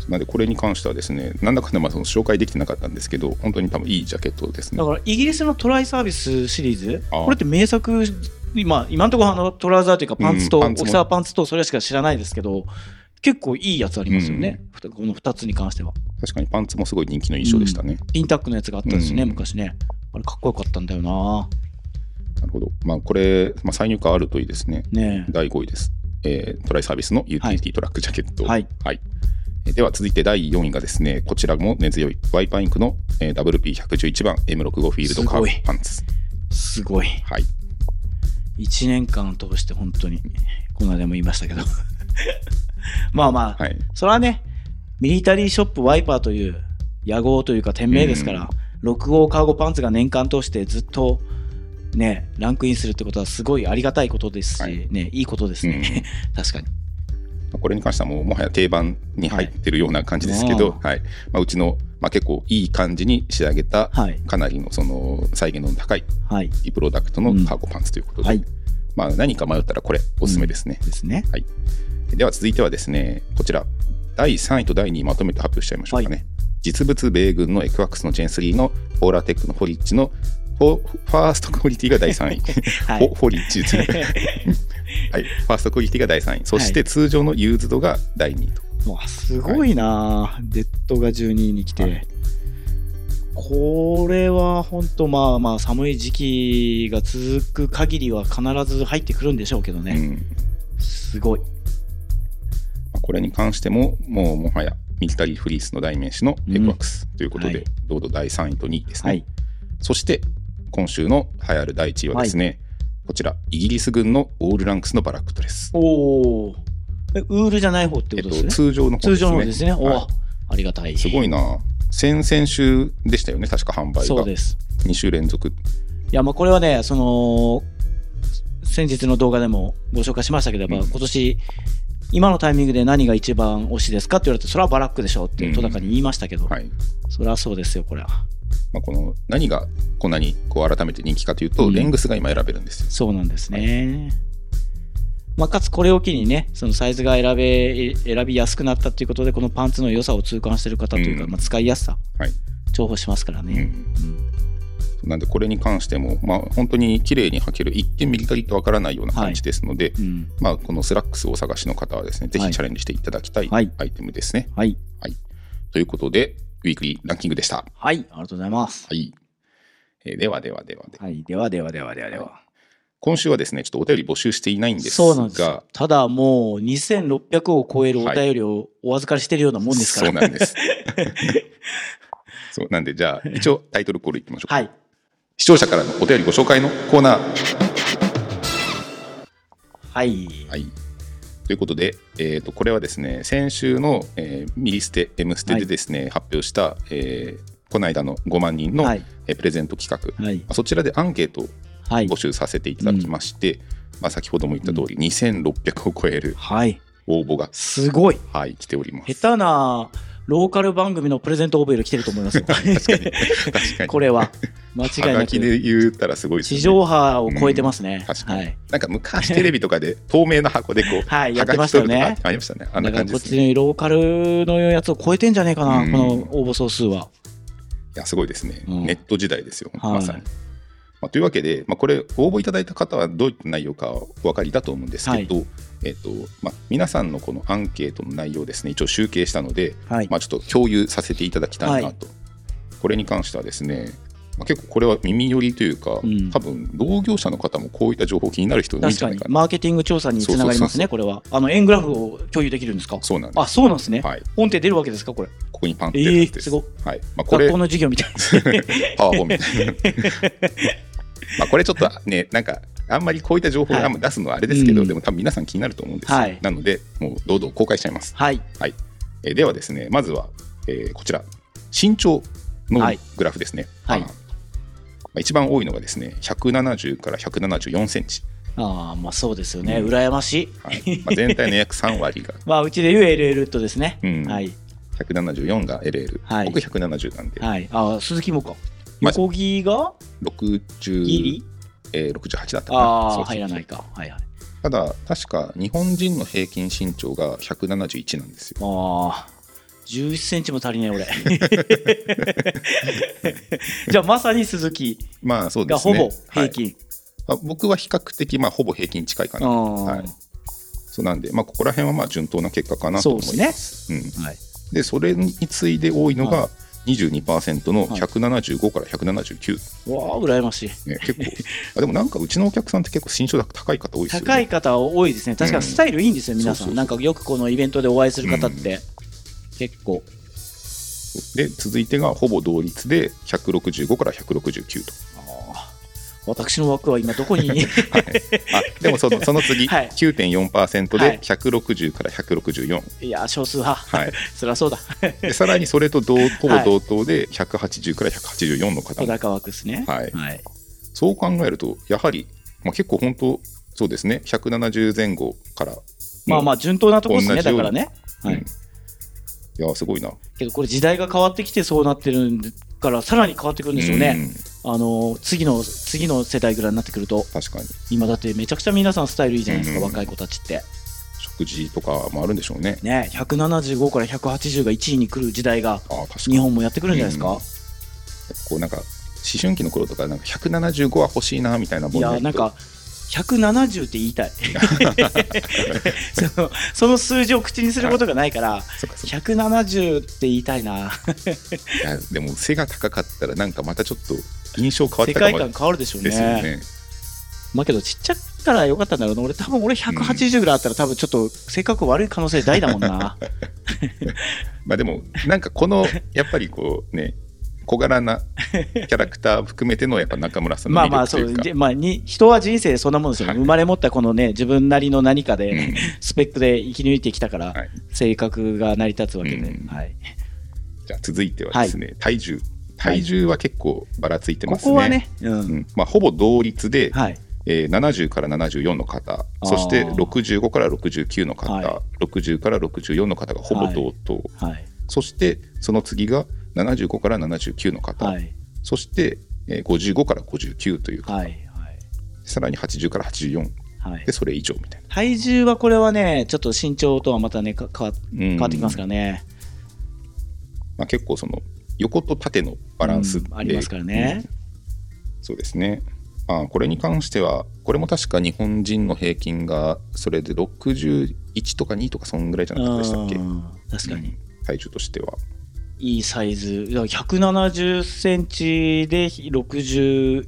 Speaker 3: なのでこれに関してはですねなんだかんだまあその紹介できてなかったんですけど本当に多分いいジャケットですね
Speaker 4: だからイギリスのトライサービスシリーズ
Speaker 3: ああ
Speaker 4: これって名作今今のところあのトラウザーというかパンツと
Speaker 3: うんパ
Speaker 4: オ
Speaker 3: ンツも
Speaker 4: キサーパンツとそれしか知らないですけど結構いいやつありますよね、ふたこの2つに関しては
Speaker 3: 確かにパンツもすごい人気の印象でしたね、
Speaker 4: インタックのやつがあったんですよね、
Speaker 3: うん
Speaker 4: 昔ねあれかっこよかったんだよな
Speaker 3: なるほどまあこれ、まあ、再入荷あるといいですね
Speaker 4: ね
Speaker 3: 第5位です、えートライサービスのユーティリティトラックジャケット、
Speaker 4: えはい
Speaker 3: えーでは続いて第4位がですねこちらも根強いワイパーインクの、えー WP111 番 M65 フィールドカーブパンツ
Speaker 4: すごい
Speaker 3: はい
Speaker 4: 1年間通して本当にこの間も言いましたけど まあまあ、
Speaker 3: はい
Speaker 4: それはね、ミリタリーショップワイパーという野号というか店名ですから、6号カーゴパンツが年間通してずっとね、ランクインするってことはすごいありがたいことですし、
Speaker 3: はい
Speaker 4: ね、いいことですね。 確かに。
Speaker 3: これに関してはもうもはや定番に入ってるような感じですけど、
Speaker 4: は
Speaker 3: はいまあ、うちの、まあ、結構いい感じに仕上げた
Speaker 4: はい。
Speaker 3: かなりのその再現度の高い
Speaker 4: はい。
Speaker 3: いいプロダクトのカーゴパンツということで、
Speaker 4: はい。
Speaker 3: まあ、何か迷ったらこれおすすめですね、
Speaker 4: ですね。
Speaker 3: では続いてはですねこちら第3位と第2位まとめて発表しちゃいましょうかね、実物米軍のエクワックスのジェン3のオーラテックのフォリッチのフォファーストクオリティが第3位、
Speaker 4: は
Speaker 3: フォ
Speaker 4: い。
Speaker 3: フォリッチですねはい、ファーストクオリティが第3位そして通常のユーズドが第2位と、
Speaker 4: わあすごいなあデッドが12位に来て、
Speaker 3: はい
Speaker 4: これは本当まあまあ寒い時期が続く限りは必ず入ってくるんでしょうけど
Speaker 3: う
Speaker 4: ね、
Speaker 3: ん
Speaker 4: すごい
Speaker 3: まあこれに関しても、もうもはやミリタリーフリースの代名詞のエクワックスということ
Speaker 4: はい
Speaker 3: で、堂々第3位と2位ですね。
Speaker 4: はい
Speaker 3: そして、今週の流行る第1位はですね、こちら、イギリス軍のオールランクスのバラックドレス。
Speaker 4: おお。えウールじゃない方って
Speaker 3: え
Speaker 4: こ
Speaker 3: っ
Speaker 4: と
Speaker 3: と
Speaker 4: ですね。
Speaker 3: 通常の方
Speaker 4: 通
Speaker 3: です
Speaker 4: 常
Speaker 3: ね。
Speaker 4: の方ですね。おお、
Speaker 3: はい
Speaker 4: ありがたい。
Speaker 3: すごいな。先々週でしたよね、確か販売
Speaker 4: そう
Speaker 3: が。
Speaker 4: です。
Speaker 3: 2週連続。
Speaker 4: いや、まあ、これはね、その。先日の動画でもご紹介しましたけど、やっぱ
Speaker 3: うん
Speaker 4: 今年。今のタイミングで何が一番推しですかって言われて、それはバラックでしょうって戸高に言いましたけど、
Speaker 3: はい
Speaker 4: それはそうですよ、これは。
Speaker 3: まあ、この何がこんなにこう改めて人気かというと、
Speaker 4: うん
Speaker 3: レングスが今選べるんですよ。
Speaker 4: そうなんですね。まあ、かつこれを機にね、そのサイズが選べ選びやすくなったということで、このパンツの良さを痛感してる方というか、
Speaker 3: うん
Speaker 4: まあ、使いやすさ、
Speaker 3: はい
Speaker 4: 重宝しますから
Speaker 3: う
Speaker 4: ね。
Speaker 3: ん
Speaker 4: うん
Speaker 3: なんでこれに関しても、まあ、本当に綺麗に履ける一見ミリタリーとわからないような感じですので、
Speaker 4: うん
Speaker 3: まあ、このスラックスをお探しの方はですねぜ
Speaker 4: は
Speaker 3: ひ
Speaker 4: い
Speaker 3: チャレンジしていただきたい
Speaker 4: は
Speaker 3: ア
Speaker 4: い
Speaker 3: イテムですね。
Speaker 4: はい。
Speaker 3: ということでウィークリーランキングでした。
Speaker 4: はい。ありがとうございます。
Speaker 3: はいえーではではではでは
Speaker 4: はい。ではではではではでは。
Speaker 3: 今週はですねちょっとお便り募集していないんですが
Speaker 4: そうなんですよ。ただもう2600を超えるお便りをお預かりしてるようなもんですから。
Speaker 3: そうなん です。そうなんでじゃあ一応タイトルコールいきましょうか、
Speaker 4: はい。
Speaker 3: 視聴者からのお便りご紹介のコーナー。
Speaker 4: はい。
Speaker 3: はい。ということで、えー、とこれはですね、先週の、えーミリステ、M ステでですね、発表した、えーこの間の5万人の、
Speaker 4: はい。
Speaker 3: えープレゼント企画、
Speaker 4: はい。
Speaker 3: そちらでアンケートを
Speaker 4: はい
Speaker 3: 募集させていただきまして、まあ、先ほども言った通り2600を超える
Speaker 4: はい
Speaker 3: 応募が、
Speaker 4: すごい
Speaker 3: はい、来ております。
Speaker 4: 下手なローカル番組のプレゼント応募より来てると思 いますよ
Speaker 3: 確かに
Speaker 4: これは間違い
Speaker 3: は
Speaker 4: な
Speaker 3: がきで
Speaker 4: く
Speaker 3: 言ったらすごいですよね
Speaker 4: 地上波を超えてますね、
Speaker 3: ん確かに
Speaker 4: はい
Speaker 3: なんか昔テレビとかで透明な箱でこう、
Speaker 4: はい
Speaker 3: は
Speaker 4: やって
Speaker 3: が
Speaker 4: ま
Speaker 3: き
Speaker 4: したよ
Speaker 3: 取ると
Speaker 4: ね
Speaker 3: かありましたね。あん
Speaker 4: だ
Speaker 3: な
Speaker 4: から
Speaker 3: 感じ
Speaker 4: こっ
Speaker 3: です
Speaker 4: ち
Speaker 3: ね。
Speaker 4: のローカルのやつを超えてんじゃねえかな、
Speaker 3: うん
Speaker 4: この応募総数は。
Speaker 3: いやすごいですね、
Speaker 4: うん
Speaker 3: ネット時代ですよ、
Speaker 4: はい
Speaker 3: まさに。まあ、というわけで、まあ、これ応募いただいた方はどういった内容かお分かりだと思うんですけど、えっとまあ、皆さんのこのアンケートの内容ですね一応集計したので、
Speaker 4: はい。
Speaker 3: まあ、ちょっと共有させていただきたい
Speaker 4: は
Speaker 3: ないと、これに関してはですね、まあ、結構これは耳寄りというか、
Speaker 4: うん
Speaker 3: 多分同業者の方もこういった情報気になる人多いん
Speaker 4: 確
Speaker 3: じゃ
Speaker 4: か
Speaker 3: ない
Speaker 4: に
Speaker 3: かな
Speaker 4: マーケティング調査につながりますね、これは。あの円グラフを共有できるんですか
Speaker 3: そうなんで
Speaker 4: あ、そうなんですね。
Speaker 3: す、はい、
Speaker 4: 本って出るわけですか、これ。
Speaker 3: ここにパンって
Speaker 4: え
Speaker 3: や
Speaker 4: え
Speaker 3: つです、
Speaker 4: すごい。
Speaker 3: はいまあ、これ
Speaker 4: 学校の授業みたい
Speaker 3: パワーボみ たいな。まあこれちょっとね、なんか、あんまりこういった情報を
Speaker 4: はい
Speaker 3: あんま出すのはあれですけど、
Speaker 4: うん
Speaker 3: でも多分皆さん気になると思うんですよ、
Speaker 4: はい
Speaker 3: なので、もう堂々公開しちゃいます。
Speaker 4: な。はい。
Speaker 3: えーではですね、まずは、えーこちら、身長の
Speaker 4: はい
Speaker 3: グラフですね。
Speaker 4: はい
Speaker 3: あーまあ、一番多いのがですね、170から174センチ。
Speaker 4: ああ、まあそうですよね。
Speaker 3: うん
Speaker 4: 羨ましい。
Speaker 3: はいまあ、全 体の約3割が、
Speaker 4: まあうちで言う LL とですね。
Speaker 3: うん
Speaker 4: はい。
Speaker 3: 174が LL、
Speaker 4: はい
Speaker 3: 僕170なんで、
Speaker 4: はい。ああ、鈴木もか。
Speaker 3: まず
Speaker 4: 横木がギ
Speaker 3: 60
Speaker 4: リ
Speaker 3: えー68だったかな。
Speaker 4: あ
Speaker 3: そうそうそ
Speaker 4: あ、
Speaker 3: う
Speaker 4: 入らないか。はいはい。
Speaker 3: ただ確か日本人の平均身長が171なんですよ
Speaker 4: ああ、11センチも足りない 俺。じゃあまさに鈴木
Speaker 3: まあそうで
Speaker 4: が
Speaker 3: す
Speaker 4: ほ
Speaker 3: ね
Speaker 4: ぼ
Speaker 3: は
Speaker 4: 平
Speaker 3: い
Speaker 4: 均。
Speaker 3: まあ、僕は比較的まあほぼ平均近いかな、
Speaker 4: うん
Speaker 3: はいそうなんでまあここら辺はまあ順当な結果かなと
Speaker 4: そう
Speaker 3: 思
Speaker 4: で
Speaker 3: い
Speaker 4: す
Speaker 3: ま
Speaker 4: ね。
Speaker 3: すうん
Speaker 4: はい
Speaker 3: でそれに次いで多いの
Speaker 4: は
Speaker 3: が22%の
Speaker 4: はい
Speaker 3: 175から179、
Speaker 4: わあ、羨ましい。
Speaker 3: ね、結構 あでもなんかうちのお客さんって結構身長高い方多いですよね
Speaker 4: 高い方多いですね。確かにスタイルいいんですよ、
Speaker 3: うん
Speaker 4: 皆さ
Speaker 3: そうそ
Speaker 4: ん。
Speaker 3: う
Speaker 4: なんかよくこのイベントでお会いする方って、結構。
Speaker 3: で続いてがほぼ同率で165から169と
Speaker 4: あー私の枠は今どこに
Speaker 3: あでもそのその次、
Speaker 4: はい
Speaker 3: 9.4%
Speaker 4: はい
Speaker 3: で160から164、
Speaker 4: いやー少数派、
Speaker 3: はい、
Speaker 4: そりゃそうだ
Speaker 3: で さらにそれと同ほぼ同等で180から184の方
Speaker 4: 小
Speaker 3: も、
Speaker 4: 高枠ですね
Speaker 3: はい、
Speaker 4: はい、
Speaker 3: そう考えるとやはり、まあ、結構本当そうですね170前後から
Speaker 4: まあまあ順当なとこですね
Speaker 3: 同じよ
Speaker 4: だ
Speaker 3: う
Speaker 4: か
Speaker 3: に
Speaker 4: らね、
Speaker 3: うん
Speaker 4: はい
Speaker 3: いやすごいな
Speaker 4: けどこれ時代が変わってきてそうなってるんだからさらに変わってくるんでしょうね、あのー次の次の世代ぐらいになってくると
Speaker 3: うん確かに
Speaker 4: 今だってめちゃくちゃ皆さんスタイルいいじゃないですか、
Speaker 3: うん
Speaker 4: 若い子たちって
Speaker 3: 食事とかもあるんでしょうね
Speaker 4: ね175から180が1位に来る時代が
Speaker 3: ああ確かに
Speaker 4: 日本もやってくるんじゃないですか、
Speaker 3: こうなんか思春期の頃とかなんか175は欲しいなみたいなも
Speaker 4: いやなんか170って言 いたいそのその数字を口にすることがないから
Speaker 3: そっかそっか
Speaker 4: 170って言いたいない
Speaker 3: やでも背が高かったらなんかまたちょっと印象変わっ
Speaker 4: 世
Speaker 3: たか
Speaker 4: 界
Speaker 3: も
Speaker 4: 観変わるでしょう
Speaker 3: で
Speaker 4: ね
Speaker 3: すよね
Speaker 4: まあけどちっちゃくからよかったんだろうな俺多分俺180ぐらいあったら多分ちょっと性格悪い可能性大だもんな
Speaker 3: まあでもなんかこ のやっぱりこうね小柄なキャラクター含めてのやっぱ中村さんの
Speaker 4: まあ
Speaker 3: 魅
Speaker 4: まあ
Speaker 3: 力と
Speaker 4: そ
Speaker 3: いう
Speaker 4: う
Speaker 3: か
Speaker 4: でまあに人は人生そんなもんですよ、
Speaker 3: はい
Speaker 4: 生まれ持ったこのね自分なりの何かで、
Speaker 3: うん
Speaker 4: スペックで生き抜いてきたから、
Speaker 3: はい
Speaker 4: 性格が成り立つわけで、
Speaker 3: うん
Speaker 4: はい、
Speaker 3: じゃあ続いてはですね、体重体重は結構ばらついて
Speaker 4: こ
Speaker 3: ますね。
Speaker 4: こはね、う
Speaker 3: うんんまあ、ほぼ同率で、
Speaker 4: はい、
Speaker 3: えー70から74の方
Speaker 4: あー
Speaker 3: そして65から69の方、
Speaker 4: は
Speaker 3: 60から64の方がほぼ同等、
Speaker 4: はい
Speaker 3: そしてその次が75から79の方、
Speaker 4: はい
Speaker 3: そして、えー55から59という方、
Speaker 4: はい
Speaker 3: さらに80から84
Speaker 4: はいはい
Speaker 3: でそれ以上みたいな。
Speaker 4: 体重はこれはねちょっと身長とはまたねか変わ
Speaker 3: 変
Speaker 4: 変わってきますからね、
Speaker 3: まあ、結構その横と縦のバランス、
Speaker 4: うんありますからね
Speaker 3: うんそうですねあこれに関してはこれも確か日本人の平均がそれで61とか2とかそんぐらいじゃなかったでしたっけ
Speaker 4: うん確かに、
Speaker 3: うん体重としてはい
Speaker 4: いサイズだから170センチで60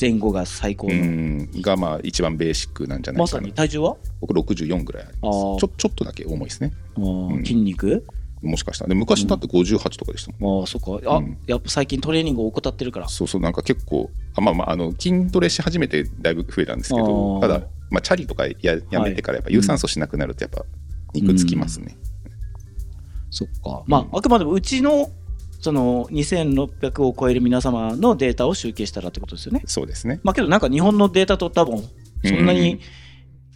Speaker 4: 前後が最高
Speaker 3: う
Speaker 4: の、
Speaker 3: んがまあ一番ベーシックなんじゃない
Speaker 4: ま
Speaker 3: か
Speaker 4: さ
Speaker 3: な、
Speaker 4: に体重は
Speaker 3: 僕64ぐらいあります
Speaker 4: あー
Speaker 3: ちょちょっとだけ重いですね
Speaker 4: あー
Speaker 3: うん
Speaker 4: 筋肉
Speaker 3: もしかしたらで昔だって58とかでしたもん、
Speaker 4: ああそっかあ、
Speaker 3: うん
Speaker 4: やっぱ最近トレーニングを怠ってるから
Speaker 3: そうそうなんか結構あまあまああの筋トレし始めてだいぶ増えたんですけ
Speaker 4: あ
Speaker 3: ど
Speaker 4: ー
Speaker 3: ただ、まあ、チャリとかややめてからやっぱ有酸素しなくなるとやっぱ肉つきますね、
Speaker 4: そっかまあ、あくまでもうちのその2600を超える皆様のデータを集計したらってことですよね。
Speaker 3: そうですね。
Speaker 4: まあけどなんか日本のデータと多分そんなに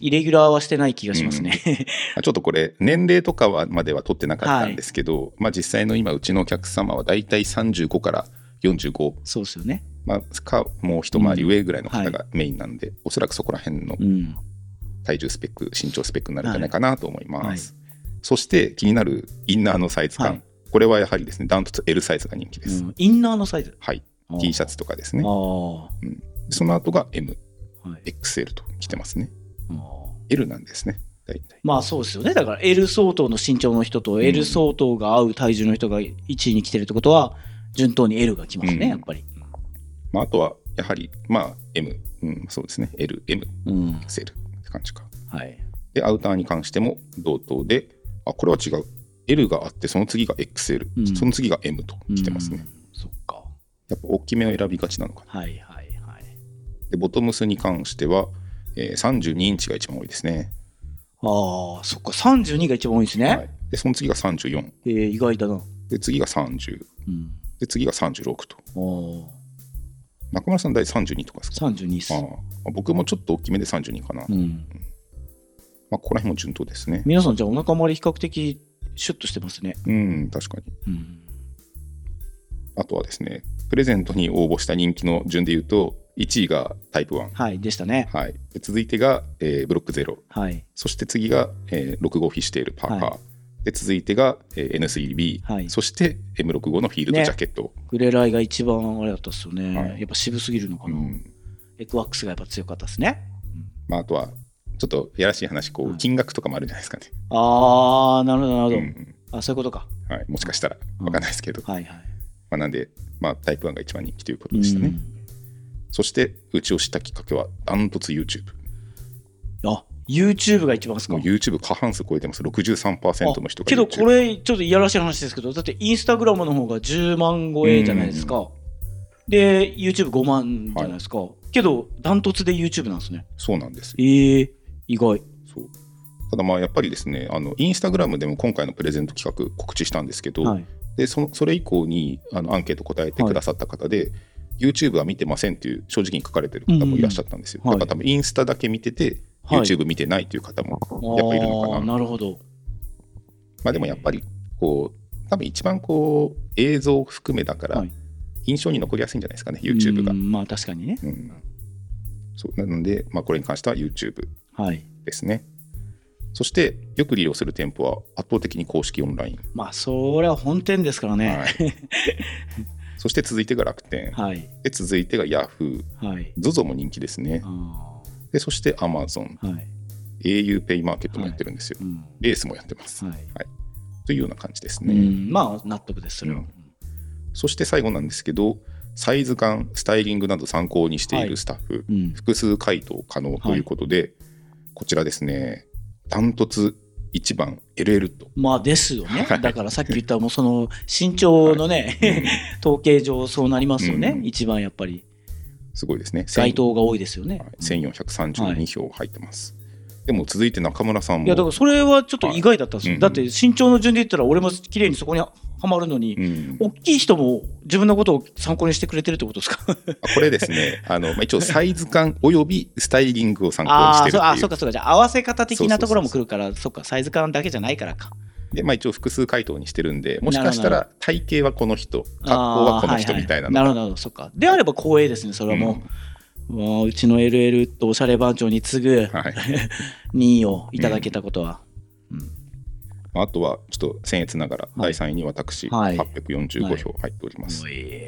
Speaker 4: イレギュラーはしてない気がしますね。
Speaker 3: まあちょっとこれ、年齢とかはまでは取ってなかったんですけど、まあ実際の今、うちのお客様はだいたい35から45、
Speaker 4: そうですよね。
Speaker 3: まあ、かもう一回り上ぐらいの方がメインなんで、おそらくそこら辺の
Speaker 4: うん。
Speaker 3: 体重スペック、身長スペックになるんじゃないかなと思います。そして気になるインナーのサイズ感、
Speaker 4: はい
Speaker 3: これはやはりですね、ダントツ L サイズが人気です。
Speaker 4: うんインナーのサイズ。
Speaker 3: はい、T シャツとかですね
Speaker 4: あ。あ。は
Speaker 3: その後が M、
Speaker 4: い。
Speaker 3: XL と来てますね。
Speaker 4: あー
Speaker 3: L なんですね、大体。
Speaker 4: まあそうですよね。だから L 相当の身長の人と L 相当が合う体重の人が1位に来てるってことは、順当に L が来ますね、
Speaker 3: うん
Speaker 4: やっぱり。
Speaker 3: まあ、あとは、やはり、まあ、M、うん、そうですね、L、M、
Speaker 4: うん。
Speaker 3: XL って感じか。
Speaker 4: はい。
Speaker 3: で、アウターに関しても同等で、あ、これは違う。L があって、その次が XL、
Speaker 4: うん
Speaker 3: その次が M と来てますね。
Speaker 4: うん。そっか。
Speaker 3: やっぱ大きめを選びがちなのかな。
Speaker 4: はいはいはい。
Speaker 3: で、ボトムスに関しては、えー32インチが一番多いですね。
Speaker 4: ああ、そっか。32が一番多いんですね。
Speaker 3: はい、で、その次が34、
Speaker 4: えー意外だな。
Speaker 3: で、次が30、
Speaker 4: うん。
Speaker 3: で、次が36と。
Speaker 4: お
Speaker 3: 中村さん、大体32とかですか
Speaker 4: 32っす
Speaker 3: あ。あ僕もちょっと大きめで32かな。
Speaker 4: うん。
Speaker 3: まあ、ここら辺も順当ですね。
Speaker 4: 皆さん、じゃあお腹周り比較的シュッとしてますね。
Speaker 3: うん、確かに。
Speaker 4: うん。
Speaker 3: あとはですね、プレゼントに応募した人気の順で言うと、1位がタイプ1。
Speaker 4: はい、でしたね。
Speaker 3: はい、で続いてが、えーブロック0。
Speaker 4: はい。
Speaker 3: そして次が、えー65フィッシュテールパーカー。
Speaker 4: は
Speaker 3: で続いてが、えー N3B、
Speaker 4: はい
Speaker 3: そして M65 のフィールド
Speaker 4: ね
Speaker 3: ジャケット、
Speaker 4: グレライが一番あれだったっすよね。
Speaker 3: はい
Speaker 4: やっぱ渋すぎるのか
Speaker 3: う
Speaker 4: な。
Speaker 3: ん
Speaker 4: エクワックスがやっぱ強かったですね。
Speaker 3: まあ、あとはちょっとやらしい話こ
Speaker 4: は
Speaker 3: う
Speaker 4: い
Speaker 3: 金額とかもあるじゃないですかね、
Speaker 4: ああ、なるほど、なるほど。
Speaker 3: うん
Speaker 4: あそういうことか。
Speaker 3: はい、もしかしたら分かんないですけど、
Speaker 4: はいはい。
Speaker 3: まあ、なんで、まあ、タイプ1が一番人気ということでしたね、そしてうちを知ったきっかけはダントツ YouTube
Speaker 4: うんあ YouTube が一番ですか
Speaker 3: もう YouTube 過半数超えてます63%の人
Speaker 4: あ
Speaker 3: が
Speaker 4: けど
Speaker 3: YouTube
Speaker 4: これちょっといやらしい話ですけどだってインスタグラムの方が10万超えじゃないですか、で YouTube5 万じゃないですか、けどダントツで YouTube なんですね
Speaker 3: そうなんですよ
Speaker 4: ええ意外
Speaker 3: そうただまあやっぱりですねあのインスタグラムでも今回のプレゼント企画告知したんですけど、
Speaker 4: はい
Speaker 3: でそのそれ以降にあのアンケート答えてくださった方で、YouTube は見てませんっていう正直に書かれてる方もいらっしゃったんですよ、
Speaker 4: うんうん
Speaker 3: だから多分インスタだけ見てて、
Speaker 4: はい
Speaker 3: YouTube 見てないという方も
Speaker 4: あ
Speaker 3: やっぱいるのかな
Speaker 4: ーなるほど
Speaker 3: まあでもやっぱりこう多分一番こう映像を含めだから
Speaker 4: はい
Speaker 3: 印象に残りやすいんじゃないですかね YouTube が
Speaker 4: う、んまあ確かにね
Speaker 3: うんそうなので、まあ、これに関しては YouTube
Speaker 4: はい
Speaker 3: ですねそしてよく利用する店舗は圧倒的に公式オンライン、
Speaker 4: まあそれは本店ですからね
Speaker 3: はい、 そして続いてが楽天、
Speaker 4: はい
Speaker 3: で続いてが Yahoo
Speaker 4: はい、
Speaker 3: ZOZO も人気ですね
Speaker 4: あ
Speaker 3: でそして Amazon
Speaker 4: ーはい、
Speaker 3: au ペイマーケットもやってるんですよ、
Speaker 4: うん
Speaker 3: レースもやってます、
Speaker 4: はい
Speaker 3: というような感じです
Speaker 4: う
Speaker 3: ね、
Speaker 4: ん、まあ納得ですそれは、
Speaker 3: うんそして最後なんですけどサイズ感スタイリングなど参考にしてい
Speaker 4: は
Speaker 3: る
Speaker 4: い
Speaker 3: スタッフ、
Speaker 4: うん
Speaker 3: 複数回答可能ということで、こちらですねダントツ1番 LL と、
Speaker 4: まあですよね
Speaker 3: はい
Speaker 4: だからさっき言ったもうその身長のね、
Speaker 3: うん
Speaker 4: 統計上そうなりますよね、
Speaker 3: うん
Speaker 4: 一番やっぱり
Speaker 3: すごいですね
Speaker 4: 該当が多いですよね、
Speaker 3: 千はい1432票入ってます、でも続いて中村さんも
Speaker 4: いやだからそれはちょっと意外だったんですよ、
Speaker 3: はい
Speaker 4: だって身長の順で言ったら俺も綺麗にそこにはまるのに、
Speaker 3: うん
Speaker 4: 大きい人も自分のことを参考にしてくれてるってことで すか
Speaker 3: あこれです ねあの、まあ、一応サイズ感 およびスタイリングを参考にして
Speaker 4: ああ
Speaker 3: るって
Speaker 4: そう
Speaker 3: いう
Speaker 4: あそうかそうかじゃあ合わせ方的なところも
Speaker 3: そ
Speaker 4: 来るからそっかサイズ感だけじゃないからか
Speaker 3: で、まあ、一応複数回答にしてるんでもしかした
Speaker 4: な
Speaker 3: ら体型はこの人格好はこの人みたいな
Speaker 4: あーは
Speaker 3: の
Speaker 4: はなるほどなるほどそっかであれば光栄ですねそれはもう、うわーうちの LL とおしゃれ番長に次ぐ
Speaker 3: はい
Speaker 4: 2位をいただけたことは、
Speaker 3: まああとはちょっと僭越ながら第3位に私
Speaker 4: はい
Speaker 3: 845票入っております、
Speaker 4: おい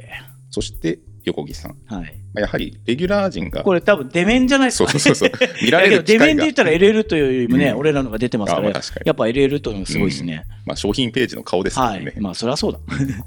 Speaker 3: そして横木さんま
Speaker 4: はい、
Speaker 3: あやはりレギュラー陣が
Speaker 4: これ多分デメンじゃないです
Speaker 3: そ
Speaker 4: か
Speaker 3: うそうそうそ う見ら
Speaker 4: だ
Speaker 3: れ
Speaker 4: け
Speaker 3: る
Speaker 4: どデ
Speaker 3: 機
Speaker 4: メ
Speaker 3: 会
Speaker 4: ン
Speaker 3: が
Speaker 4: で言ったら LL というよりもね、
Speaker 3: うん
Speaker 4: 俺らのが出てますか
Speaker 3: あま
Speaker 4: ら、
Speaker 3: あ確かに
Speaker 4: やっぱ LL というのがすごいですね、
Speaker 3: まあ、商品ページの顔ですか
Speaker 4: は
Speaker 3: らね、
Speaker 4: いまあそりゃそうだ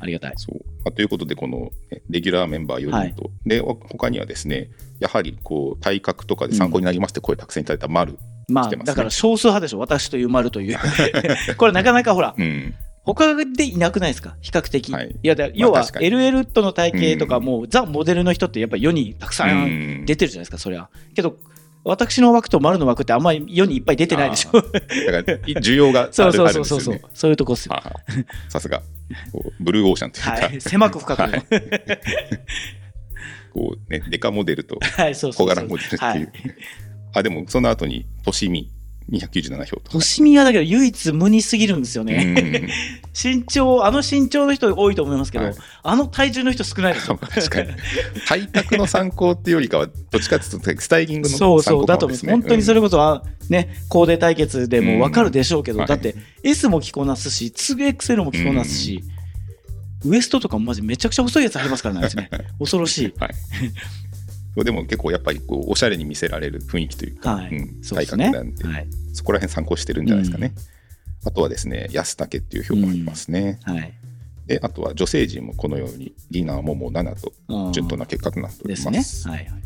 Speaker 4: ありがたい
Speaker 3: そうまあ、ということで、このねレギュラーメンバー4人と、でお他にはですね、やはりこう体格とかで参考になりますって声たくさんいただいた丸、
Speaker 4: まあ
Speaker 3: 来てますね
Speaker 4: だから少数派でしょ私という丸という これなかなかほら
Speaker 3: うん
Speaker 4: 他でいなくないですか比較的、
Speaker 3: はいい、
Speaker 4: やだ要は
Speaker 3: 確かに
Speaker 4: LL との体型とか
Speaker 3: うん
Speaker 4: もうザ・モデルの人ってやっぱり世にたくさん
Speaker 3: うん
Speaker 4: 出てるじゃないですかそりゃけど私の枠と丸の枠ってあんまり世にいっぱい出てないでしょ。
Speaker 3: だから需要がある
Speaker 4: そうそう
Speaker 3: ある
Speaker 4: そ
Speaker 3: ん
Speaker 4: う
Speaker 3: で
Speaker 4: そう
Speaker 3: す
Speaker 4: そ
Speaker 3: よ
Speaker 4: う
Speaker 3: ね。
Speaker 4: そういうとこっすよ。
Speaker 3: ああさすがこうブルーオーシャンというか、
Speaker 4: はい、狭く深く。
Speaker 3: は
Speaker 4: はい
Speaker 3: い、こうね、デカモデルと
Speaker 4: そう
Speaker 3: 小
Speaker 4: そうそ
Speaker 3: 柄
Speaker 4: う。
Speaker 3: モデルっていう、
Speaker 4: はい。
Speaker 3: あでもその後にとしみ297票とか、
Speaker 4: 星見はだけど唯一無二すぎるんですよね。
Speaker 3: うん
Speaker 4: 身長、あの身長の人多いと思いますけど、
Speaker 3: はい
Speaker 4: あの体重の人少ないですよ。
Speaker 3: 確かに 体格の参考っていうよりかはどっちかっていうとスタイリングの参
Speaker 4: そ
Speaker 3: 考
Speaker 4: うそう、だと思います。本当にそ
Speaker 3: れ、
Speaker 4: れこそ、あね、コーデ対決でも分かるでしょうけど、
Speaker 3: うん
Speaker 4: だって S も着こなすし、2XL も着こなすし、ウエストとかもマジめちゃくちゃ細いやつありますからね、あい つね恐ろしい。
Speaker 3: うんはい、そうでも結構やっぱりこうおしゃれに見せられる雰囲気というか、
Speaker 4: はい
Speaker 3: うん
Speaker 4: そうで
Speaker 3: 体
Speaker 4: す
Speaker 3: 格
Speaker 4: ね
Speaker 3: なんで、
Speaker 4: はい。
Speaker 3: そこら辺参考してるんじゃないですかね、あとはですね安武っていう票もありますね、
Speaker 4: はい。
Speaker 3: であとは女性陣もこのようにディナーもも7と
Speaker 4: うん
Speaker 3: 順当な結果となっており
Speaker 4: で
Speaker 3: ます
Speaker 4: すね。はいはい。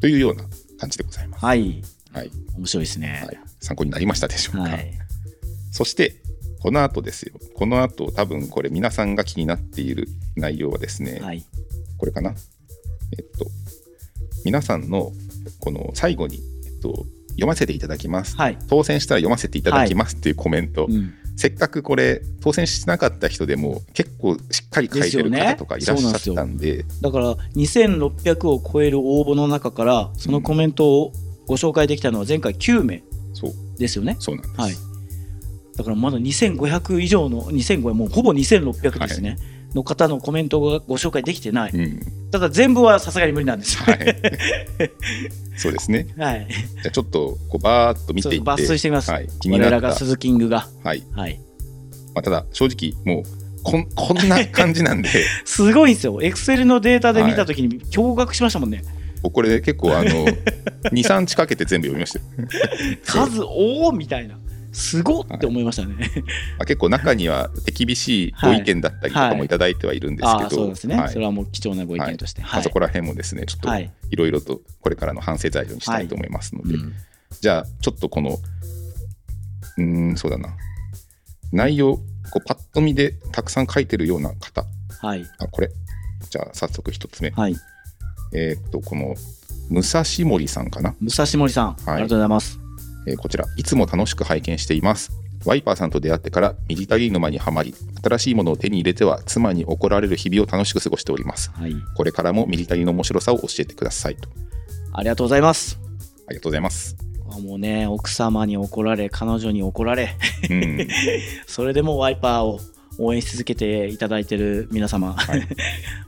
Speaker 3: というような感じでございます、
Speaker 4: はい。
Speaker 3: はい
Speaker 4: 面白いですね
Speaker 3: は。い、参考になりましたでしょうか、
Speaker 4: はい。
Speaker 3: そしてこの後ですよこの後多分これ皆さんが気になっている内容はですね、
Speaker 4: はい。
Speaker 3: これかなえっと皆さんのこの最後に、えっと、読ませていただきます、
Speaker 4: はい。
Speaker 3: 当選したら読ませていただきますっていうコメント、
Speaker 4: うん
Speaker 3: せっかくこれ当選しなかった人でも結構しっかり書いてる
Speaker 4: ですよね
Speaker 3: 方とかいらっしゃったんで
Speaker 4: だから2600を超える応募の中からそのコメントをご紹介できたのは前回9名
Speaker 3: そう
Speaker 4: ですよね。
Speaker 3: そうなんです、
Speaker 4: はい。だからまだ2500以上の2500もうほぼ2600ですね、の方のコメントがご紹介できてない。
Speaker 3: うん
Speaker 4: ただ全部はさすがに無理なんですよ。
Speaker 3: はい、 そうですね
Speaker 4: はい。
Speaker 3: じゃあちょっとこうバーッと見
Speaker 4: そ
Speaker 3: て
Speaker 4: う
Speaker 3: い
Speaker 4: そう
Speaker 3: って
Speaker 4: 抜粋してみます。
Speaker 3: はい、気に
Speaker 4: 我
Speaker 3: な
Speaker 4: ら
Speaker 3: っ
Speaker 4: が
Speaker 3: た
Speaker 4: 鈴キングが。
Speaker 3: はい
Speaker 4: はい。
Speaker 3: まあ、ただ正直もうこんこんな感じ なんで
Speaker 4: すごいんですよ。エクセルのデータで見たときに驚愕しましたもんね。
Speaker 3: 僕これ結構あの23日かけて全部読みましたよそう
Speaker 4: 数おおみたいな。すごっって思いましたね。
Speaker 3: まあ、結構中には手厳しいご意見だったりとかもいただいてはいるんです
Speaker 4: あ
Speaker 3: け
Speaker 4: あー
Speaker 3: ど、
Speaker 4: そうですね、
Speaker 3: はい
Speaker 4: それはもう貴重なご意見として。
Speaker 3: まあ、そこら辺もですねちょっと
Speaker 4: はい
Speaker 3: いろいろとこれからの反省材料にしたいと思いますので、
Speaker 4: うん
Speaker 3: じゃあちょっとこのうーんそうだな内容こうパッと見でたくさん書いてるような方
Speaker 4: はい
Speaker 3: あこれじゃあ早速一つ目
Speaker 4: はい
Speaker 3: えーっとこの武蔵森さんかな
Speaker 4: 武蔵森さん、ありがとうございます。
Speaker 3: えーこちら、いつも楽しく拝見しています。ワイパーさんと出会ってからミリタリー沼にはまり、新しいものを手に入れては妻に怒られる日々を楽しく過ごしております。
Speaker 4: はい、
Speaker 3: これからもミリタリーの面白さを教えてくださいと。
Speaker 4: ありがとうございます。
Speaker 3: ありがとうございます。
Speaker 4: あもうね奥様に怒られ彼女に怒られ
Speaker 3: うん、
Speaker 4: それでもワイパーを応援し続けていただいてる皆様、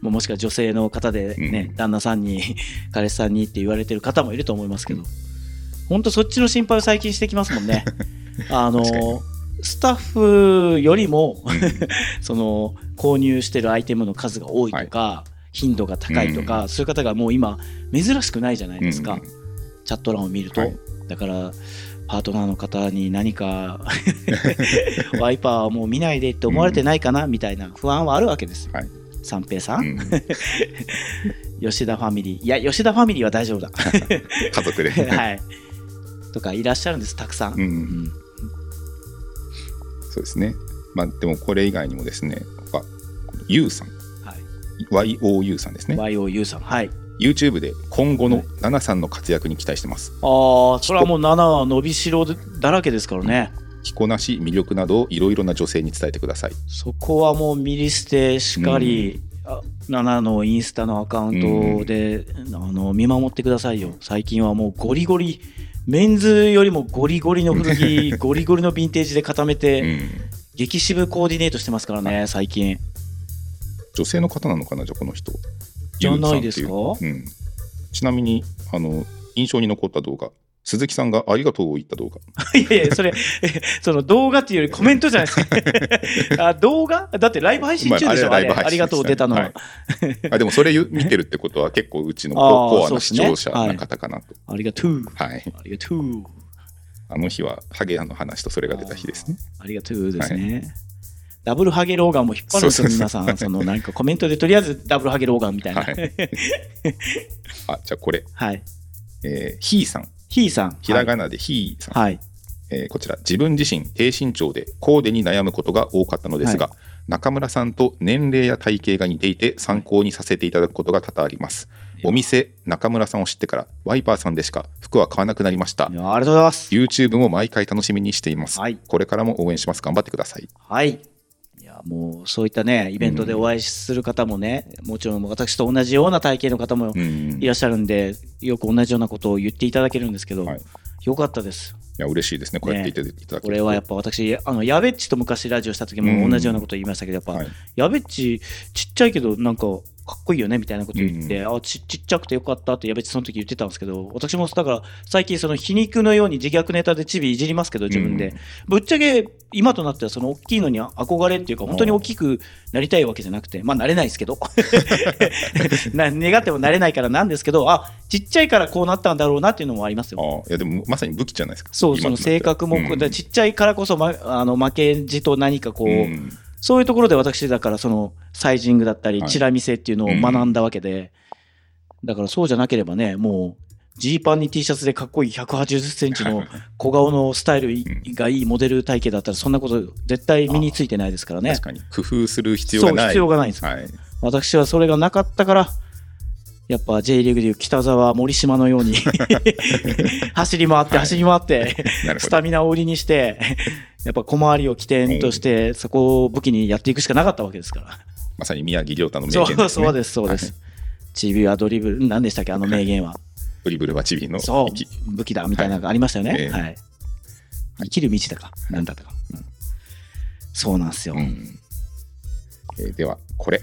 Speaker 4: もうもしくは女性の方でね、
Speaker 3: うん
Speaker 4: 旦那さんに 彼氏さんにって言われてる方もいると思いますけど、本当そっちの心配を最近してきますもん ね。あの
Speaker 3: 確かに
Speaker 4: スタッフよりも その購入してるアイテムの数が多いとか、頻度が高いとか、そういう方がもう今珍しくないじゃないですか、
Speaker 3: うん
Speaker 4: チャット欄を見ると、
Speaker 3: はい
Speaker 4: だからパートナーの方に何か ワイパーはもう見ないでって思われてないかなみたいな不安はあるわけですよ、
Speaker 3: はい
Speaker 4: 三平さ、
Speaker 3: うんん
Speaker 4: 吉田ファミリーいや吉田ファミリーは大丈 夫だ
Speaker 3: 家族で。
Speaker 4: はいとかいらっしゃるんですたくさん、
Speaker 3: う、
Speaker 4: うんん
Speaker 3: そうですね。まあ、でもこれ以外にもですね、他、ゆうさん、
Speaker 4: はい
Speaker 3: YOU さんですね。
Speaker 4: YOU さんはい、
Speaker 3: YouTube で今後のナナさんの活躍に期待してます。
Speaker 4: あーそれはもう7は伸びしろだらけですからね、
Speaker 3: 着こなし、魅力などをいろいろな女性に伝えてください。
Speaker 4: そこはもうミリステしかり、あ7のインスタのアカウントで、あの見守ってくださいよ最近はもうゴリゴリメンズよりもゴリゴリの古着 ゴリゴリのヴィンテージで固めて、
Speaker 3: うん
Speaker 4: 激渋コーディネートしてますからね最近
Speaker 3: 女性の方なのかな、じゃあこの人。
Speaker 4: じゃな
Speaker 3: ゆ
Speaker 4: いで
Speaker 3: うさ
Speaker 4: す
Speaker 3: ん
Speaker 4: か
Speaker 3: っていううん、ちなみにあの、印象に残った動画、鈴木さんがありがとうを言った動画。
Speaker 4: いやいやそれ えその動画っていうよりコメントじゃないです かあ動画だってライブ配信中でしょ、
Speaker 3: まあ
Speaker 4: あ
Speaker 3: あれは
Speaker 4: れ
Speaker 3: ライブ配信
Speaker 4: ありがとう出たのは、
Speaker 3: はいあでも、それ言う見てるってことは、結構うちの
Speaker 4: あー
Speaker 3: ココア
Speaker 4: そう
Speaker 3: な
Speaker 4: です
Speaker 3: 視
Speaker 4: ね
Speaker 3: 聴者の方かなと。
Speaker 4: ありがとう
Speaker 3: はい、
Speaker 4: ありがとう
Speaker 3: あの日は、ハゲの話とそれが出た日ですね。
Speaker 4: ありがとうですね。ダブルハゲローガンも引っ張るんです
Speaker 3: そうそう
Speaker 4: よ、
Speaker 3: そう
Speaker 4: 皆さん。そのなんかコメントでとりあえずダブルハゲローガンみたいな。
Speaker 3: は
Speaker 4: はいい。
Speaker 3: あ、じゃあこれ、
Speaker 4: はい、
Speaker 3: えー、ひーさん。
Speaker 4: ヒーさん。
Speaker 3: ひらがなでひーさん、
Speaker 4: はい。はい。
Speaker 3: えーこちら、自分自身、低身長でコーデに悩むことが多かったのですが、中村さんと年齢や体型が似ていて、参考にさせていただくことが多々あります。お店中村さんを知ってからワイパーさんでしか服は買わなくなりました
Speaker 4: いやありがとうございます
Speaker 3: YouTube も毎回楽しみにしています、
Speaker 4: はい
Speaker 3: これからも応援します頑張ってください
Speaker 4: はいいやもうそういったねイベントでお会いする方もね、もちろん私と同じような体型の方も
Speaker 3: うん
Speaker 4: いらっしゃるんで、よく同じようなことを言っていただけるんですけど、
Speaker 3: はい
Speaker 4: よかったです
Speaker 3: いや嬉しいですねこうやっていただいていただけ
Speaker 4: これはやっぱ私あのやべっちと昔ラジオした時
Speaker 3: う
Speaker 4: も
Speaker 3: ん
Speaker 4: 同じようなこと言いましたけどやっぱ、
Speaker 3: はい
Speaker 4: やべっちちっちゃいけどなんかかっこいいよねみたいなこと言って、あちちっちゃくてよかったってやべっちその時言ってたんですけど私もだから最近その皮肉のように自虐ネタでチビいじりますけど自分で、
Speaker 3: うん
Speaker 4: ぶっちゃけ今となってはその大きいのに憧れっていうか本当に大きくなりたいわけじゃなくてまあなれないですけど な願ってもなれないからなんですけどあちっちゃいからこうなったんだろうなっていうのもありますよ
Speaker 3: ああいやでもまさに武器じゃないですか
Speaker 4: そう、そ
Speaker 3: 今
Speaker 4: の
Speaker 3: となっては
Speaker 4: 性格も、
Speaker 3: うん
Speaker 4: だちっちゃいからこそ、ま、あの負けじと何かこう、
Speaker 3: うん
Speaker 4: そういうところで私、だからそのサイジングだったり、
Speaker 3: はい
Speaker 4: チラ見せっていうのを学んだわけで、だからそうじゃなければね、もう、ジーパンに T シャツでかっこいい180セン チの小顔のスタイルい
Speaker 3: うん
Speaker 4: がいいモデル体型だったら、そんなこと絶対身についてないですからね。
Speaker 3: 確かに工夫する必要
Speaker 4: そ
Speaker 3: が
Speaker 4: う、
Speaker 3: ない
Speaker 4: 必要がないんです。
Speaker 3: はい、
Speaker 4: 私はそれがなかったから、やっぱ J リーグでいう北沢、森島 のように 走り回って走り回って、
Speaker 3: なるほ
Speaker 4: ス
Speaker 3: ど
Speaker 4: タミナを売り にして、やっぱ小回りを起点として、そこを武器にやっていくしかなかったわけですから。
Speaker 3: まさに宮城亮太の名
Speaker 4: そ
Speaker 3: 言です、
Speaker 4: う
Speaker 3: ね、
Speaker 4: そうです、そうです。チビはドリブル、何でしたっけ、あの名言は。
Speaker 3: ドリブルはチビの
Speaker 4: そ
Speaker 3: 息
Speaker 4: う、武器だみたいなのがありましたよ
Speaker 3: はいえ
Speaker 4: ね。
Speaker 3: え
Speaker 4: はい。生きる道だか、なんだったか。うんそうなんですよ
Speaker 3: う。んえーではこれ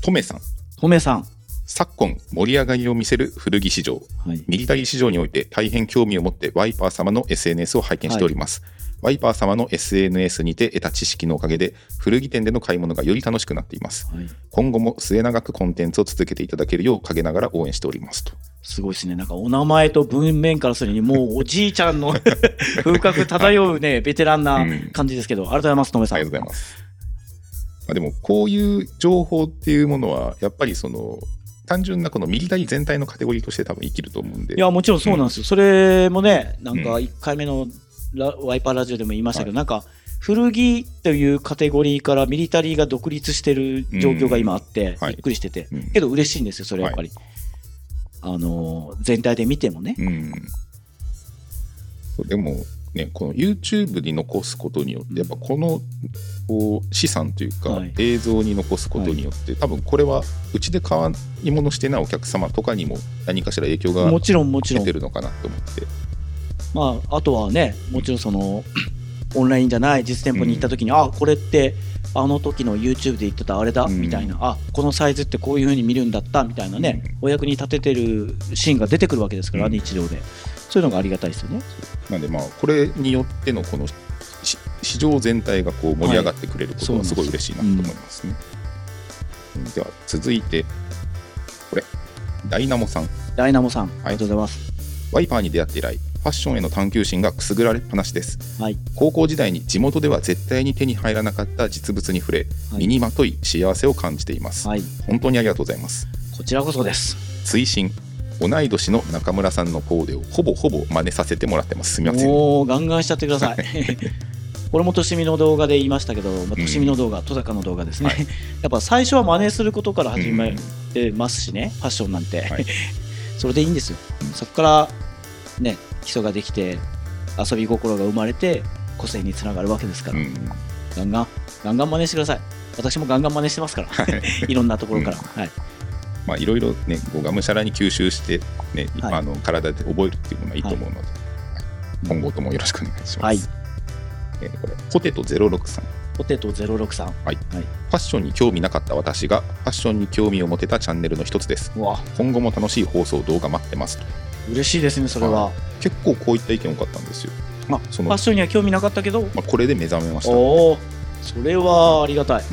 Speaker 3: トメさん
Speaker 4: トメさん。
Speaker 3: 昨今盛り上がりを見せる古着市場
Speaker 4: はい。
Speaker 3: ミリタリー市場において大変興味を持ってワイパー様の SNS を拝見しております、ワイパー様の SNS にて得た知識のおかげで古着店での買い物がより楽しくなっています
Speaker 4: はい
Speaker 3: 今後も末永くコンテンツを続けていただけるよう陰ながら応援しておりますと
Speaker 4: すごいですね。なんかお名前と文面からするに、もうおじいちゃんの 風格漂うね、ベテランな感じですけど、ありがとうございます、トメさん。
Speaker 3: ありがとうございます、まあ、でもこういう情報っていうものはやっぱりその単純なこのミリタリー全体のカテゴリーとして多分生きると思うんで
Speaker 4: いやもちろんそうなんですよ、それもねなんか1回目のラ、ワイパーラジオでも言いましたけど、なんか古着というカテゴリーからミリタリーが独立してる状況が今あって、
Speaker 3: はい
Speaker 4: びっくりしてて、
Speaker 3: うん
Speaker 4: けど嬉しいんですよそれやっぱり、あのー全体で見てもね、
Speaker 3: うん、そうでも、ね、この YouTube に残すことによって、やっぱこのこう資産というか、
Speaker 4: はい
Speaker 3: 映像に残すことによって、多分これはうちで買い物してないお客様とかにも何かしら影響が
Speaker 4: もちろんもちろ
Speaker 3: 出
Speaker 4: ん
Speaker 3: てるのかなと思って、
Speaker 4: まあ、あとはねもちろんその オンラインじゃない実店舗に行った時に、あこれってあの時の YouTube で言ってたあれだ、
Speaker 3: うん
Speaker 4: みたいなあこのサイズってこういう風に見るんだったみたいなね、お役に立ててるシーンが出てくるわけですから、
Speaker 3: うん
Speaker 4: 日常でそういうのがありがたいですよね
Speaker 3: なんでまあこれによってのこのし市場全体がこう盛り上がってくれること
Speaker 4: は
Speaker 3: はいすごい嬉しいなと思いますね。では続いてこれダイナモさん
Speaker 4: ダイナモさん、ありがとうございます
Speaker 3: ワイパーに出会って以来、ファッションへの探求心がくすぐられっぱなしです。
Speaker 4: はい
Speaker 3: 高校時代に地元では絶対に手に入らなかった実物に触れ、
Speaker 4: はい
Speaker 3: 身にまとい幸せを感じています。
Speaker 4: はい
Speaker 3: 本当にありがとうございます。
Speaker 4: こちらこそです
Speaker 3: 追伸同い年の中村さんのコーデをほぼほぼ真似させてもらってます。すみません。
Speaker 4: もうガンガンしちゃってください これもとしみの動画で言いましたけど、まあ、
Speaker 3: うん
Speaker 4: としみの動画、戸坂の動画ですね、
Speaker 3: はい
Speaker 4: やっぱ最初は真似することから始め
Speaker 3: うん
Speaker 4: てますしね、ファッションなんて、
Speaker 3: はい
Speaker 4: それでいいんですよ、そこから、ね、基礎ができて、遊び心が生まれて、個性につながるわけですから、
Speaker 3: うん
Speaker 4: ガンガン、ガンガン真似してください、私もガンガン真似してま すから、い、ろんなところから、
Speaker 3: う
Speaker 4: はい、
Speaker 3: まあいろいろね、こうがむしゃらに吸収して、ね、
Speaker 4: はい
Speaker 3: あの体で覚えるっていうのがいいと思うので、はい今後ともよろしくお願いします。
Speaker 4: はい
Speaker 3: えーこれポテト06さん。
Speaker 4: ポテト06さん、
Speaker 3: ファッションに興味なかった私がファッションに興味を持てたチャンネルの一つです
Speaker 4: うわ、
Speaker 3: 今後も楽しい放送動画待ってますと
Speaker 4: 嬉しいですね、それは。
Speaker 3: 結構こういった意見多かったんですよ、
Speaker 4: あ
Speaker 3: そ
Speaker 4: フ
Speaker 3: の
Speaker 4: ァッションには興味なかったけど、
Speaker 3: まあ、これで目覚めました、うん
Speaker 4: おお、それはありがたい。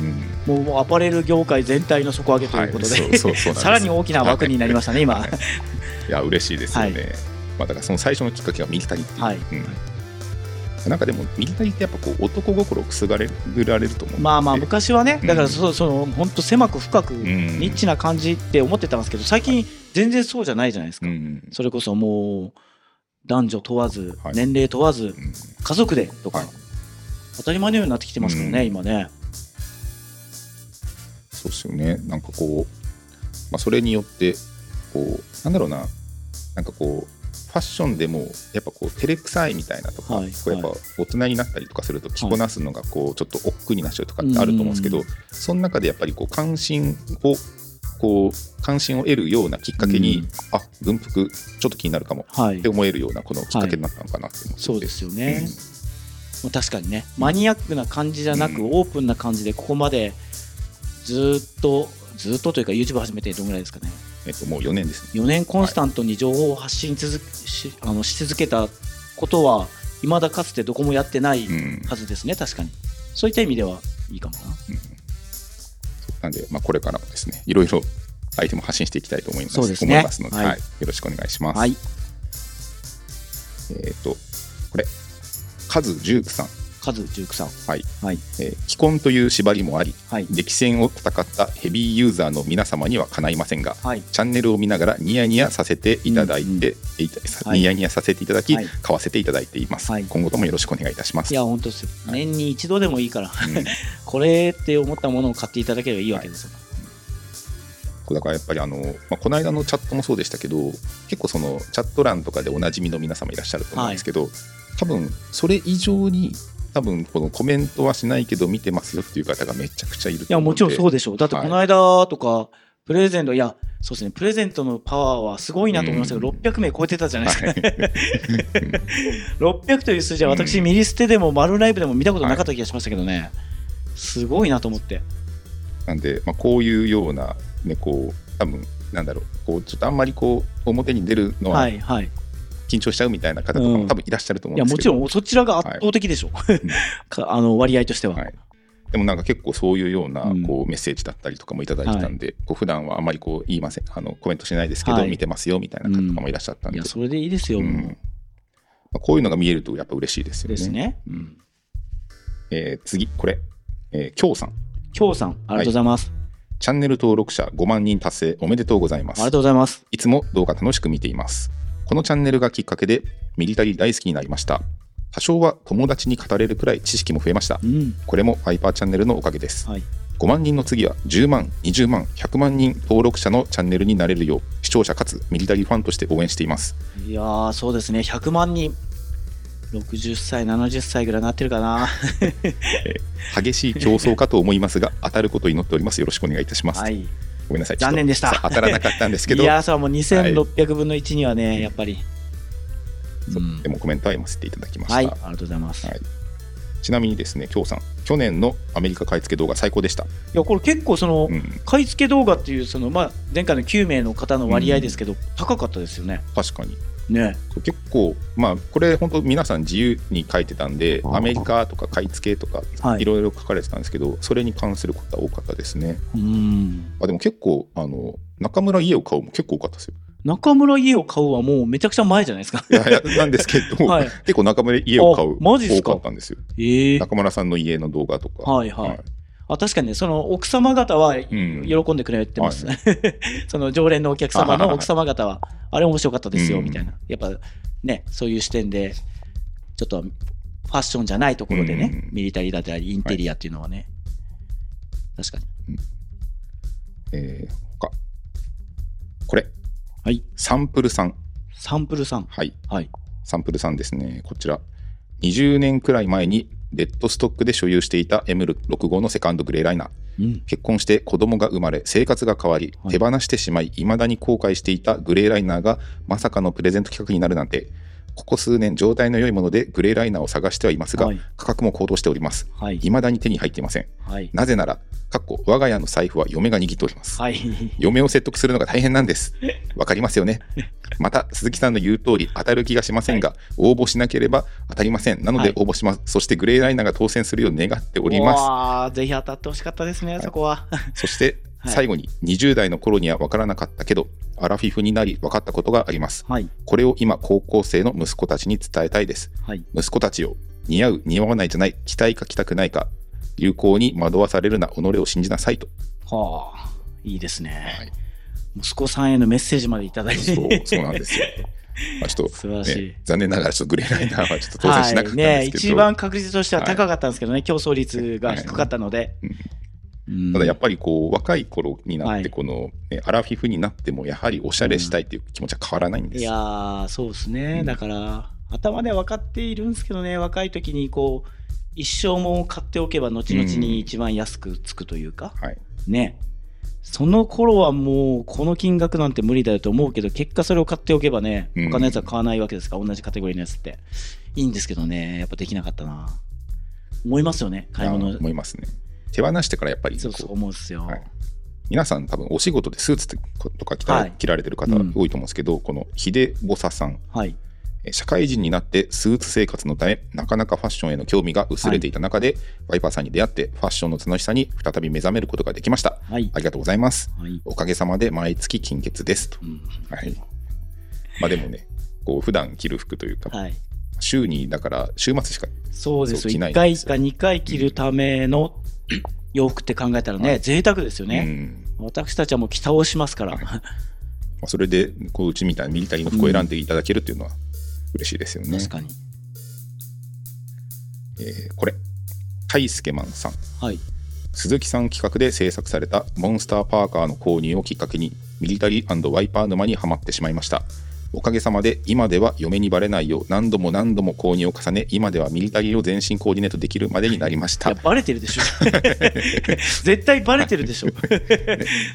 Speaker 4: もうもうアパレル業界全体の底上げということで、
Speaker 3: はいそうそうそうなんです
Speaker 4: さらに大きな枠になりましたね、今。
Speaker 3: は
Speaker 4: はいい、
Speaker 3: いや嬉しいですよね、まあ、だからその最初のきっかけがミリタリーっていう、
Speaker 4: はい
Speaker 3: うん、なんかでもミリタリーってやっぱこう男心をくすぐられるられると思うんで
Speaker 4: まあまあ、昔はね
Speaker 3: う、ん
Speaker 4: だからそ、その本当狭く深く、
Speaker 3: うん
Speaker 4: ニッチな感じって思ってたんですけど、最近、全然そうじゃないじゃないです
Speaker 3: う
Speaker 4: か。
Speaker 3: ん
Speaker 4: それこそもう、男女問わず、
Speaker 3: はい
Speaker 4: 年齢問わず
Speaker 3: う、ん
Speaker 4: 家族でとか、
Speaker 3: はい
Speaker 4: 当たり前のようになってきてますからね、
Speaker 3: うん
Speaker 4: 今ね。
Speaker 3: そうですよねなんかこう、まあ、それによってこうなんだろうななんかこうファッションでもやっぱこう照れくさいみたいなとか、
Speaker 4: はい
Speaker 3: こうやっぱ
Speaker 4: は
Speaker 3: 大人になったりとかすると着こなすのがこうちょっと億劫になっちゃうとかってあると思うんですけど、
Speaker 4: う
Speaker 3: その中でやっぱりこう関心をこう関心を得るようなきっかけに、
Speaker 4: うん
Speaker 3: あ軍服ちょっと気になるかも
Speaker 4: はい
Speaker 3: って思えるようなこのきっかけになったのかなって思って、
Speaker 4: そうですよね、
Speaker 3: うん
Speaker 4: もう確かにねマニアックな感じじゃなく、
Speaker 3: うん
Speaker 4: オープンな感じでここまでずーっとずーっとというか YouTube 始めてどんぐらいですかね
Speaker 3: えっと、もう4年ですね。
Speaker 4: 4年コンスタントに情報を発信続けしあのし続けたことは未だかつてどこもやってない
Speaker 3: うん
Speaker 4: はずですね、確かにそういった意味ではいいかもな
Speaker 3: うんなんで、まあ、これからもですね、いろいろアイテム発信していきたいと思います
Speaker 4: そうですね
Speaker 3: 思いますので、
Speaker 4: はい
Speaker 3: はいよろしくお願いします。
Speaker 4: はい
Speaker 3: えっ、と、これ、カズジュークさん、
Speaker 4: カズ19さん
Speaker 3: はい
Speaker 4: はい
Speaker 3: えー既婚という縛りもあり、
Speaker 4: はい
Speaker 3: 歴戦を戦ったヘビーユーザーの皆様にはかないませんが、
Speaker 4: はい
Speaker 3: チャンネルを見ながらニヤニヤさせていただいて、
Speaker 4: うんうん
Speaker 3: いたさ
Speaker 4: はい
Speaker 3: ニヤニヤさせていただき、
Speaker 4: はい
Speaker 3: 買わせていただいています、
Speaker 4: はい
Speaker 3: 今後ともよろしくお願いいたします。
Speaker 4: いや本当ですよ、
Speaker 3: はい
Speaker 4: 年に一度でもいいから
Speaker 3: うん
Speaker 4: これって思ったものを買っていただければいいわけですよ、
Speaker 3: だからやっぱりあの、まあ、この間のチャットもそうでしたけど結構そのチャット欄とかでおなじみの皆様いらっしゃると思うんですけど、多分それ以上に多分このコメントはしないけど見てますよっていう方がめちゃくちゃいる
Speaker 4: い
Speaker 3: と
Speaker 4: や
Speaker 3: 思う
Speaker 4: も
Speaker 3: ん
Speaker 4: ち
Speaker 3: で
Speaker 4: ろんそうでしょうだってこの間とか、プレゼントいやそうですねプレゼントのパワーはすごいなと思いましたけど、
Speaker 3: うん
Speaker 4: 600名超えてたじゃないですか、
Speaker 3: はい
Speaker 4: 600という数字は私、
Speaker 3: うん
Speaker 4: ミリステでも丸ライブでも見たことなかった気がしましたけどね、すごいなと思って
Speaker 3: なんで、まあ、こういうような、ね、こう多分なんだろうこうちょっとあんまりこう表に出るの
Speaker 4: は
Speaker 3: はい
Speaker 4: はい
Speaker 3: 緊張しちゃうみたいな方とか
Speaker 4: う
Speaker 3: も
Speaker 4: ん
Speaker 3: 多分いらっしゃると思
Speaker 4: いうや
Speaker 3: んで
Speaker 4: も
Speaker 3: すけ
Speaker 4: ち
Speaker 3: ど、
Speaker 4: ろんそちらが圧倒的でしょう、
Speaker 3: うん
Speaker 4: かあの割合としては、
Speaker 3: はいでもなんか結構そういうような
Speaker 4: うん
Speaker 3: こうメッセージだったりとかもいただいてたんで、こう普段はあんまりこう言いませんあのコメントしないですけど、
Speaker 4: はい
Speaker 3: 見てますよみたいな方とかもいらっしゃったん
Speaker 4: い
Speaker 3: で、
Speaker 4: やそれでいいですよ、
Speaker 3: うんまあ、こういうのが見えるとやっぱ嬉しいですよね。
Speaker 4: ですね
Speaker 3: うんえー次これ、えー、きょうさん
Speaker 4: きょうさんありがとうございます、
Speaker 3: チャンネル登録者5万人達成おめでとうございま
Speaker 4: あり
Speaker 3: す
Speaker 4: がとうございます
Speaker 3: いつも動画楽しく見ています。このチャンネルがきっかけでミリタリー大好きになりました。多少は友達に語れるくらい知識も増えました
Speaker 4: う。ん
Speaker 3: これもハイパーチャンネルのおかげです。
Speaker 4: はい
Speaker 3: 5万人の次は10万、20万、100万人登録者のチャンネルになれるよう、視聴者かつミリタリーファンとして応援しています。
Speaker 4: いやーそうですね100万人60歳70歳ぐらいなってるかな
Speaker 3: 激しい競争かと思い ますが、当たることを祈っております。よろしくお願いいたします。
Speaker 4: はい
Speaker 3: ごめんなさい。
Speaker 4: 残念でした
Speaker 3: ちょっと当たらなかったんですけ
Speaker 4: い
Speaker 3: ど、
Speaker 4: やーそれはもう2600分の1にはね、やっぱり、
Speaker 3: そう
Speaker 4: うん
Speaker 3: でもコメントは読ませていただきました。
Speaker 4: はいありがとうございます、
Speaker 3: はいちなみにですね、きょうさん、去年のアメリカ買い付け動画最高でした。
Speaker 4: いやこれ結構その、
Speaker 3: うん、
Speaker 4: 買い付け動画っていうその、まあ、前回の9名の方の割合ですけど、高かったですよね。
Speaker 3: 確かに。
Speaker 4: ね
Speaker 3: 結構まあこれ本当皆さん自由に書いてたんでアメリカとか買い付けとか
Speaker 4: はい
Speaker 3: いろいろ書かれてたんですけど、それに関することは多かったですね
Speaker 4: うん
Speaker 3: あでも結構あの中村家を買うも結構多かったですよ
Speaker 4: 中村家を買うはもうめちゃくちゃ前じゃないですか。
Speaker 3: いやいやなんですけど、
Speaker 4: はい、
Speaker 3: 結構中村家を買う
Speaker 4: あマジっす
Speaker 3: 多
Speaker 4: か
Speaker 3: かったんですよ
Speaker 4: ええ
Speaker 3: 中村さんの家の動画とか
Speaker 4: はいはいあ確かにねその奥様方は
Speaker 3: うん
Speaker 4: 喜んでくれてます、
Speaker 3: は
Speaker 4: その常連のお客様
Speaker 3: あは
Speaker 4: の
Speaker 3: は
Speaker 4: 奥様方はあれ面白かったですよ
Speaker 3: うん
Speaker 4: みたいなやっぱねそういう視点でちょっとファッションじゃないところでね、
Speaker 3: うん
Speaker 4: ミリタリーだったりインテリアっていうのはね、確かに
Speaker 3: えー、他これ
Speaker 4: はい
Speaker 3: サンプルさん
Speaker 4: サンプルさん
Speaker 3: はい
Speaker 4: はい
Speaker 3: サンプルさんですね、こちら。20年くらい前にレッドストックで所有していた M65 のセカンドグレーライナー。
Speaker 4: うん
Speaker 3: 結婚して子供が生まれ、生活が変わり、
Speaker 4: は
Speaker 3: 手
Speaker 4: い
Speaker 3: 放してしまい、未だに後悔していたグレーライナーがまさかのプレゼント企画になるなんて、ここ数年状態の良いものでグレーライナーを探してはいますが、
Speaker 4: はい
Speaker 3: 価格も高騰しております。
Speaker 4: はい
Speaker 3: 未だに手に入っていません。
Speaker 4: はい
Speaker 3: なぜなら、かっこ我が家の財布は嫁が握っております。
Speaker 4: はい
Speaker 3: 嫁を説得するのが大変なん です。わかりますよね。また、鈴木さんの言う通り、当たる気がしませんが、応募しなければ当たりません。なの
Speaker 4: は
Speaker 3: で
Speaker 4: い
Speaker 3: 応募します。そして、グレーライナーが当選するよう願っております。
Speaker 4: わあぜひ当たってほしかったですね、
Speaker 3: い
Speaker 4: そこは。
Speaker 3: そして、
Speaker 4: はい
Speaker 3: 最後に、20代の頃には分からなかったけど、アラフィフになり分かったことがあります。
Speaker 4: はい、
Speaker 3: これを今、高校生の息子たちに伝えたいです。
Speaker 4: はい、
Speaker 3: 息子たちを、似合う、似合わないじゃない、着たいか着たくないか、流行に惑わされるな、己を信じなさいと。
Speaker 4: はあ、いいですね、
Speaker 3: はい
Speaker 4: 息子さんへのメッセージまでいただいて、
Speaker 3: そう、そうなんです よ。まあ、ちょっと
Speaker 4: 素晴らしい。
Speaker 3: ね、残念ながらちょっとグレーライナーはちょっと当選
Speaker 4: は
Speaker 3: しなかった
Speaker 4: い
Speaker 3: んで
Speaker 4: ね、
Speaker 3: すけ
Speaker 4: 一
Speaker 3: ど、
Speaker 4: 番確率としては高かったんですけどね、競争率が低かったので、
Speaker 3: うん
Speaker 4: うん
Speaker 3: ただやっぱりこう若い頃になっ
Speaker 4: はい
Speaker 3: てこの、ねアラフィフになってもやはりおしゃれしたいっていう気持ちは変わらないんで
Speaker 4: い
Speaker 3: す。
Speaker 4: やーそうですね、
Speaker 3: うん
Speaker 4: だから頭で分かっているんですけどね若い時にこう一生もんを買っておけば後々に一番安くつくというか、
Speaker 3: はい、
Speaker 4: ねその頃はもうこの金額なんて無理だよと思うけど結果それを買っておけばね
Speaker 3: うん
Speaker 4: 他のやつは買わないわけですから、同じカテゴリーのやつっていいんですけどねやっぱできなかったな思いますよね買い
Speaker 3: あ
Speaker 4: 物
Speaker 3: ー思いますね。手放してからやっぱり
Speaker 4: そう
Speaker 3: こ
Speaker 4: そうう思うんですよ、
Speaker 3: はい皆さん多分お仕事でスーツとか着た
Speaker 4: はい
Speaker 3: 着られてる方
Speaker 4: うん
Speaker 3: 多いと思うんですけど、この秀ボサさん
Speaker 4: はい
Speaker 3: えー社会人になってスーツ生活のためなかなかファッションへの興味が薄れていた中で、ワイパーさんに出会ってファッションの楽しさに再び目覚めることができました
Speaker 4: はい
Speaker 3: ありがとうございます
Speaker 4: はい、
Speaker 3: おかげさまで毎月金欠ですと
Speaker 4: うん
Speaker 3: はいまあでもねこう普段着る服というか、
Speaker 4: はい
Speaker 3: 週にだから週末しか
Speaker 4: そうです
Speaker 3: そう
Speaker 4: よ
Speaker 3: 着ない
Speaker 4: 1
Speaker 3: んで
Speaker 4: 回
Speaker 3: すよ
Speaker 4: か2回着るための洋服って考えたらね、
Speaker 3: はい
Speaker 4: 贅沢ですよ
Speaker 3: う
Speaker 4: ね、
Speaker 3: ん
Speaker 4: 私たちはもう着倒しますから、
Speaker 3: はいまあ、それでこううちみたいにミリタリーの服を選んでいただけるっていうのは嬉しいですよね、
Speaker 4: 確かに
Speaker 3: えーこれ大輔マンさん
Speaker 4: はい
Speaker 3: 鈴木さん企画で制作されたモンスターパーカーの購入をきっかけにミリタリーワイパー沼にはまってしまいましたおかげさまで今では嫁にバレないよう何度も何度も購入を重ね今ではミリタリーを全身コーディネートできるまでになりまし
Speaker 4: い
Speaker 3: た
Speaker 4: やバレて るでしょ絶対バレてるでしょ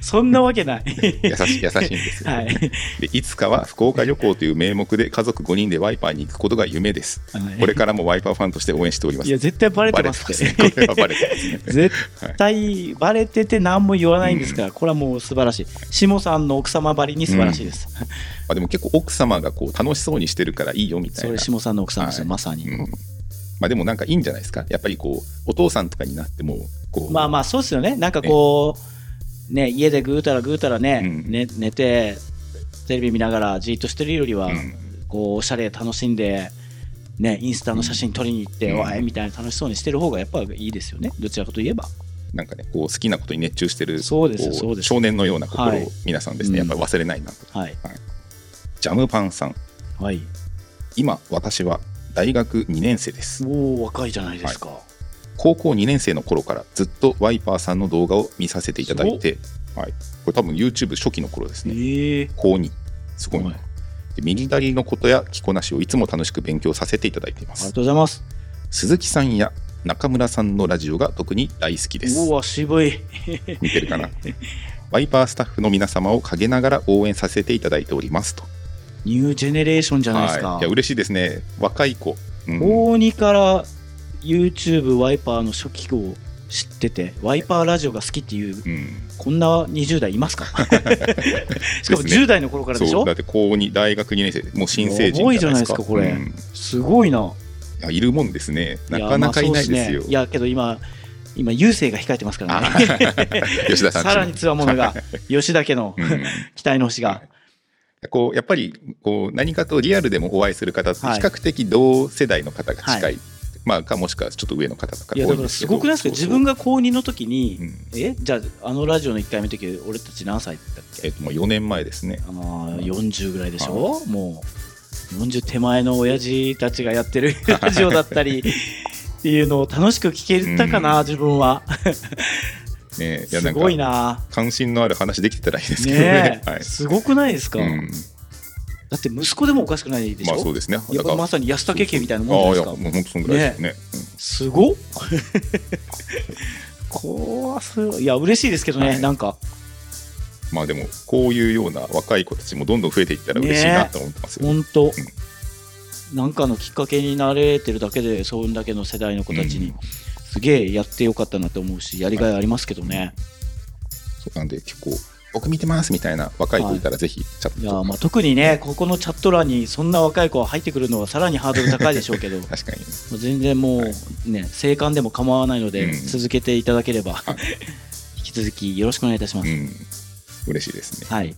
Speaker 4: そんなわけない
Speaker 3: 優しい優しいんですよ、
Speaker 4: はい、
Speaker 3: でいつかは福岡旅行という名目で家族5人でワイパーに行くことが夢ですこれからもワイパーファンとして応援しておりま
Speaker 4: い
Speaker 3: す
Speaker 4: や絶対バレてます
Speaker 3: バレ
Speaker 4: って
Speaker 3: てますねこれ はバレてますね
Speaker 4: 絶対バレてて何も言わないんですから、これはもう素晴らしい下さんの奥様ばりに素晴らしいです、
Speaker 3: まあでも結構奥様がこう楽しそうにしてるからいいよみた
Speaker 4: そ
Speaker 3: い
Speaker 4: れ
Speaker 3: な
Speaker 4: 下さんの奥様ですよ、
Speaker 3: はい
Speaker 4: まさに、
Speaker 3: うんまあでもなんかいいんじゃないですかやっぱりこうお父さんとかになってもこう
Speaker 4: まあまあそうですよねなんかこうね家でぐうたらぐうたらね,、
Speaker 3: うん
Speaker 4: ね寝てテレビ見ながらじーっとしてるよりは、
Speaker 3: うん
Speaker 4: こうおしゃれ楽しんで、ね、インスタの写真撮りに行って、
Speaker 3: うん
Speaker 4: わいみたいな楽しそうにしてる方がやっぱいいですよねどちらかといえば
Speaker 3: なんかねこう好きなことに熱中してる
Speaker 4: そうですよ
Speaker 3: こ
Speaker 4: そうです
Speaker 3: 少年のような心
Speaker 4: はい
Speaker 3: を皆さんですね、
Speaker 4: うん
Speaker 3: やっぱり忘れないなと
Speaker 4: はい
Speaker 3: ジャムパンさん
Speaker 4: はい
Speaker 3: 今私は大学2年生です
Speaker 4: おお若いじゃないですか、
Speaker 3: 高校2年生の頃からずっとワイパーさんの動画を見させていただいて、はい、これ多分 YouTube 初期の頃ですね
Speaker 4: ええ
Speaker 3: 高2すごいな、
Speaker 4: はい
Speaker 3: でミリタリーのことや着こなしをいつも楽しく勉強させていただいていま
Speaker 4: ありが
Speaker 3: す
Speaker 4: とうございます
Speaker 3: 鈴木さんや中村さんのラジオが特に大好きです
Speaker 4: うわ渋い
Speaker 3: 見てるかなワイパースタッフの皆様を陰ながら応援させていただいておりますと
Speaker 4: ニュージェネレーションじゃないですか、
Speaker 3: はい、いや嬉しいですね若い子、うん
Speaker 4: 高2から YouTube ワイパーの初期号を知っててワイパーラジオが好きっていう
Speaker 3: うん
Speaker 4: こんな20代 いますかしかも
Speaker 3: ですね
Speaker 4: 10代の頃からでし
Speaker 3: そう
Speaker 4: ょ
Speaker 3: だって高2大学2年生もう新成人
Speaker 4: やばいじゃないですかこれ
Speaker 3: うんい
Speaker 4: すごいな
Speaker 3: やいるもんですねなかなかいないですよ
Speaker 4: いや,、まあそうっね、いやけど今今優勢が控えてますから ね
Speaker 3: 吉田さんちの
Speaker 4: さらにつわも のが吉田家の
Speaker 3: うん
Speaker 4: 期待の星が、
Speaker 3: こうやっぱりこう何かとリアルでもお会いする方って比
Speaker 4: はい
Speaker 3: 較的同世代の方が近い、
Speaker 4: は
Speaker 3: まあかもしくはちょっと上の方とか
Speaker 4: いや
Speaker 3: 多い
Speaker 4: だ
Speaker 3: ん
Speaker 4: か
Speaker 3: で
Speaker 4: ら
Speaker 3: す
Speaker 4: す
Speaker 3: けど
Speaker 4: ごくないですか自分
Speaker 3: が、
Speaker 4: が高2の時
Speaker 3: う
Speaker 4: に、
Speaker 3: ん
Speaker 4: えじゃああのラジオの1回目の時俺たち何歳だったっけ
Speaker 3: えっともう4年前ですね
Speaker 4: あの40ぐらいでしょ、もう40手前の親父たちが やってるラジオだったりっていうのを楽しく聞けたかな、
Speaker 3: うん
Speaker 4: 自分は
Speaker 3: ねいやな
Speaker 4: す
Speaker 3: んか
Speaker 4: ごいな
Speaker 3: 関心のある話できてたらいいですけどね
Speaker 4: ねえ、
Speaker 3: はい
Speaker 4: すごくないですか、
Speaker 3: うん
Speaker 4: だって息子でもおかしくないでしょ、
Speaker 3: まあそうですね
Speaker 4: や
Speaker 3: だ
Speaker 4: っぱ
Speaker 3: から
Speaker 4: まさに安武家みたいな
Speaker 3: ああ
Speaker 4: もん
Speaker 3: い
Speaker 4: じ
Speaker 3: や
Speaker 4: ゃな
Speaker 3: も
Speaker 4: いうで
Speaker 3: 本
Speaker 4: すか
Speaker 3: 当そんぐらいですよね
Speaker 4: すごっ こわすごいいや嬉しいですけどね、
Speaker 3: はい
Speaker 4: なんか
Speaker 3: うんまあでもこういうような若い子たちもどんどん増えていったら嬉しいなと思ってますよ、
Speaker 4: 本当、なんかのきっかけになれてるだけでそんだけの世代の子たちに、
Speaker 3: うん
Speaker 4: すげえやってよかったなと思うしやりがいありますけどね、
Speaker 3: そうなんで結構僕見てますみたいな若い子いたらぜひチャッ
Speaker 4: い、
Speaker 3: ト
Speaker 4: やーまあ特にねここのチャット欄にそんな若い子が入ってくるのはさらにハードル高いでしょ うけど
Speaker 3: 確かに
Speaker 4: もう全然もう
Speaker 3: はい
Speaker 4: ね生還でも構わないので、
Speaker 3: うん
Speaker 4: 続けていただければ、
Speaker 3: は
Speaker 4: 引き続きよろしくお願いいたします、
Speaker 3: うん嬉しいですね
Speaker 4: はい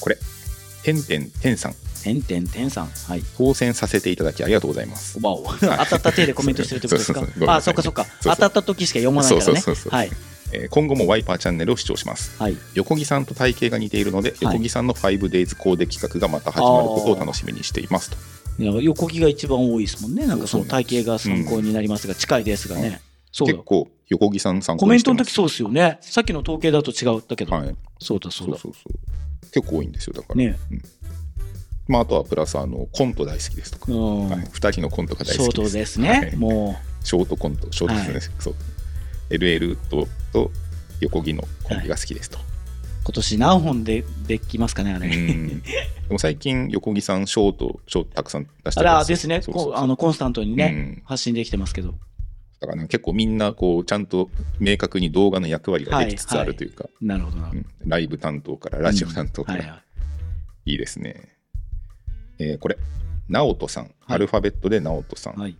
Speaker 3: これてんてんてんさん
Speaker 4: てんてんてんさんはい
Speaker 3: 当選させていただきありがとうございます
Speaker 4: わお 当たった手でコメントしてるってことですか
Speaker 3: そうそうそう
Speaker 4: あそっかそっか
Speaker 3: そうそう
Speaker 4: 当たった時しか読まないからね
Speaker 3: そうそうそうそう
Speaker 4: はい
Speaker 3: えー今後もワイパーチャンネルを視聴します
Speaker 4: はい
Speaker 3: 横木さんと体型が似ているので、横木さんの 5days コーデ企画がまた始まることを楽しみにしていますと
Speaker 4: いや横木が一番多いですもんね、なんかそ
Speaker 3: そうそう
Speaker 4: の
Speaker 3: なん
Speaker 4: 体型が参考になりますが、近いですがね、そうだ
Speaker 3: 結構横木さん参
Speaker 4: コ
Speaker 3: 考に
Speaker 4: メン
Speaker 3: して
Speaker 4: トの
Speaker 3: ます
Speaker 4: 時そうですよね。さっきの統計だと違ったけど。
Speaker 3: はい、
Speaker 4: そうだ
Speaker 3: そ
Speaker 4: そ
Speaker 3: うう
Speaker 4: だ。
Speaker 3: そうそう結構多いんですよだから、
Speaker 4: ね。
Speaker 3: まあ、あとはプラスあのコント大好きですとか、
Speaker 4: うん。
Speaker 3: はい、2人のコントが大
Speaker 4: 相
Speaker 3: 好き
Speaker 4: 当
Speaker 3: です
Speaker 4: です
Speaker 3: は
Speaker 4: ね
Speaker 3: い。
Speaker 4: も
Speaker 3: ショートコントショートですね、そう LL とと横木のコンビが好きですと、
Speaker 4: う今年何本でできますかねあ
Speaker 3: う
Speaker 4: れ。
Speaker 3: んでも最近横木さんショートショートたくさん出して
Speaker 4: あ
Speaker 3: るん
Speaker 4: ら
Speaker 3: よ
Speaker 4: ですね。
Speaker 3: そうそうそう
Speaker 4: こうあのコンスタントに
Speaker 3: う
Speaker 4: ね
Speaker 3: ん
Speaker 4: 発信できてますけど。
Speaker 3: だから、ね、結構みんなこうちゃんと明確に動画の役割ができつつあるというか、
Speaker 4: なるほどなるほど。
Speaker 3: うんライブ担当からラジオ担当から、
Speaker 4: はいはい
Speaker 3: いですね、えーこれ直人さん、アルファベットで直人さん、
Speaker 4: はい。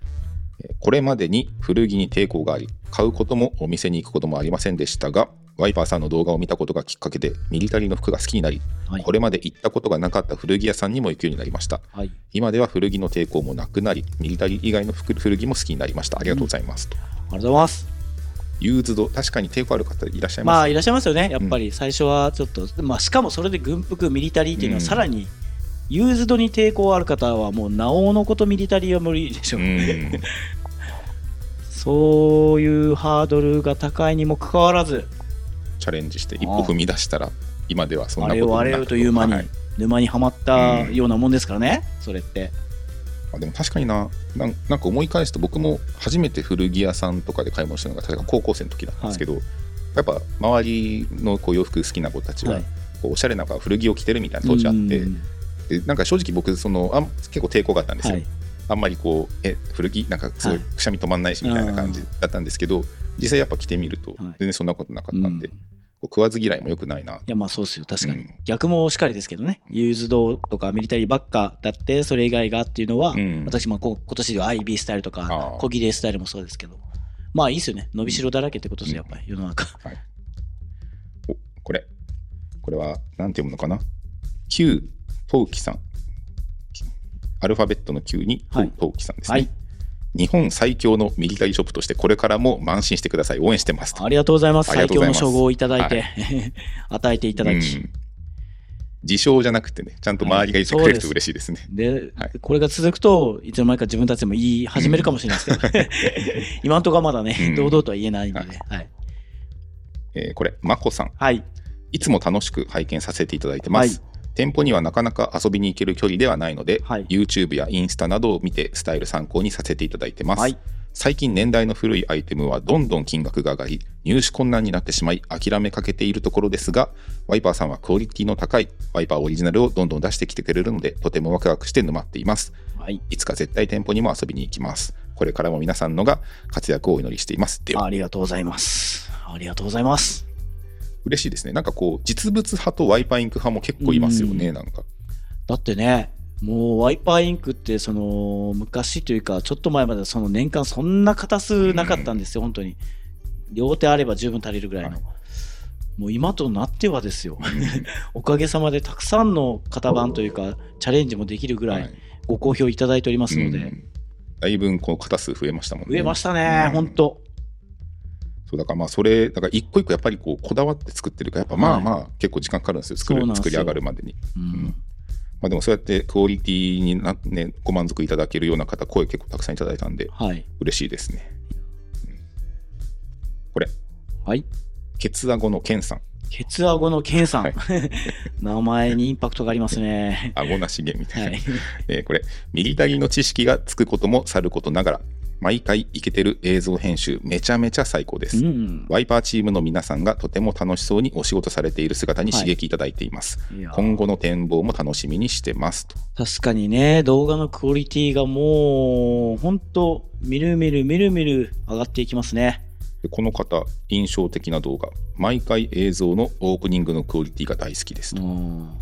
Speaker 3: えーこれまでに古着に抵抗があり買うこともお店に行くこともありませんでしたがワイパーさんの動画を見たことがきっかけでミリタリーの服が好きになり
Speaker 4: はい
Speaker 3: これまで行ったことがなかった古着屋さんにも行くようになりました
Speaker 4: はい。
Speaker 3: 今では古着の抵抗もなくなりミリタリー以外の服古着も好きになりましたありがとうございます、と
Speaker 4: ありがとうございます。
Speaker 3: ユーズド確かに抵抗ある方いらっしゃいます、
Speaker 4: まあいらっしゃいますよね。やっぱり最初はちょっと、まあしかもそれで軍服ミリタリーっていうのは
Speaker 3: うん
Speaker 4: さらに、ユーズドに抵抗ある方はもうなおのことミリタリーは無理でしょ
Speaker 3: う
Speaker 4: う、
Speaker 3: ん
Speaker 4: そういうハードルが高いにもかかわらず
Speaker 3: チャレンジして一歩踏み出したら今ではそん
Speaker 4: あ
Speaker 3: なこ
Speaker 4: れ
Speaker 3: と
Speaker 4: を
Speaker 3: な
Speaker 4: あれをという間に
Speaker 3: はい
Speaker 4: 沼にはまったようなもんですからね、それって
Speaker 3: あでも確かにななんなんか思い返すと僕も初めて古着屋さんとかで買い物したのが確か高校生の時だったんですけど、やっぱ周りのこう洋服好きな子たちは、
Speaker 4: はい
Speaker 3: こうおしゃれな子は古着を着てるみたいな当時あって、
Speaker 4: うん
Speaker 3: でなんか正直僕そのあん結構抵抗があったんですよ、
Speaker 4: はい
Speaker 3: あんまりこうえ古着なんかすごい
Speaker 4: はい
Speaker 3: くしゃみ止まんないしみたいな感じだったんですけど、実際やっぱ着てみると
Speaker 4: い
Speaker 3: 全然そんなことなかったんで、
Speaker 4: うん
Speaker 3: こ
Speaker 4: いう
Speaker 3: 食わず嫌いも良くないな
Speaker 4: やまあそうですよ確かに、
Speaker 3: うん
Speaker 4: 逆もしかりですけどねユーズドとかミリタリーばっかだってそれ以外がっていうのは、
Speaker 3: うん
Speaker 4: 私もこ今年では IB スタイルと
Speaker 3: あ
Speaker 4: か
Speaker 3: ー
Speaker 4: 小切れスタイルもそうですけどまあいいですよね伸びしろだらけってことですよやっぱり世の中、
Speaker 3: おこれこれは何て読むのかな Q トウキさんアルファベットの Q に
Speaker 4: はい
Speaker 3: トウキさんですね、
Speaker 4: はい
Speaker 3: 日本最強のミリタリーショップとしてこれからも慢心してください応援してますと
Speaker 4: ありがとうございます
Speaker 3: ありが
Speaker 4: 最
Speaker 3: とうご
Speaker 4: 強
Speaker 3: ざい
Speaker 4: の
Speaker 3: ます
Speaker 4: 称号をいただいて、 与えていただき、
Speaker 3: うん自称じゃなくてねちゃんと周りが言ってくれると嬉しいですね、
Speaker 4: で、
Speaker 3: はい
Speaker 4: これが続くといつの間にか自分たちでも言い始めるかもしれないですけ ど、今んとこはまだね、
Speaker 3: うん
Speaker 4: 堂々とは言えないので、
Speaker 3: は
Speaker 4: はい、
Speaker 3: えーこれまこさん
Speaker 4: はい、
Speaker 3: いつも楽しく拝見させていただいてます、店舗にはなかなか遊びに行ける距離ではないので、
Speaker 4: はい
Speaker 3: YouTube やインスタなどを見てスタイル参考にさせていただいてます、
Speaker 4: はい
Speaker 3: 最近年代の古いアイテムはどんどん金額が上がり入手困難になってしまい諦めかけているところですがワイパーさんはクオリティの高いワイパーオリジナルをどんどん出してきてくれるのでとてもワクワクして沼っています
Speaker 4: はい、
Speaker 3: いつか絶対店舗にも遊びに行きますこれからも皆さんのが活躍をお祈りしていますでは
Speaker 4: ありがとうございますありがとうございます
Speaker 3: 嬉しいですねなんかこう実物派とワイパーインク派も結構いますよねなんか
Speaker 4: だってねもうワイパーインクってその昔というかちょっと前までその年間そんな型数なかったんですよ、本当に両手あれば十分足りるぐらいの、
Speaker 3: はい
Speaker 4: もう今となってはですよ おかげさまでたくさんの型番というかチャレンジもできるぐら
Speaker 3: はい
Speaker 4: いご好評いただいておりますので、
Speaker 3: うんだいぶこう型数増えましたもんね。
Speaker 4: 増えましたね、
Speaker 3: うん
Speaker 4: ほんと、
Speaker 3: そうだからまあそれだから一個一個やっぱりこうこだわって作ってるからやっぱま
Speaker 4: は
Speaker 3: あ
Speaker 4: い
Speaker 3: まあ結構時間かかるんですよ作
Speaker 4: そう
Speaker 3: る
Speaker 4: なんです
Speaker 3: 作
Speaker 4: よ
Speaker 3: り上がるまでに。
Speaker 4: うん
Speaker 3: んまあでもそうやってクオリティになねご満足いただけるような方声結構たくさんいただいたんで
Speaker 4: はい
Speaker 3: 嬉しいですね。うんこれ
Speaker 4: はい
Speaker 3: ケツアゴのケンさん
Speaker 4: ケツアゴのケンさん、
Speaker 3: はい
Speaker 4: 名前にインパクトがあります ね
Speaker 3: 顎なしげみたい
Speaker 4: は
Speaker 3: な、
Speaker 4: い
Speaker 3: えーこれミリタリーの知識がつくこともさることながら毎回イケてる映像編集めちゃめちゃ最高です
Speaker 4: う。ん
Speaker 3: ワイパーチームの皆さんがとても楽しそうにお仕事されている姿に刺激いただいています。
Speaker 4: いや
Speaker 3: 今後の展望も楽しみにしてますと。
Speaker 4: 確かにね動画のクオリティがもうほんとみるみるみるみる上がっていきますね
Speaker 3: でこの方、印象的な動画、毎回映像のオープニングのクオリティが大好きです
Speaker 4: う
Speaker 3: と。
Speaker 4: ん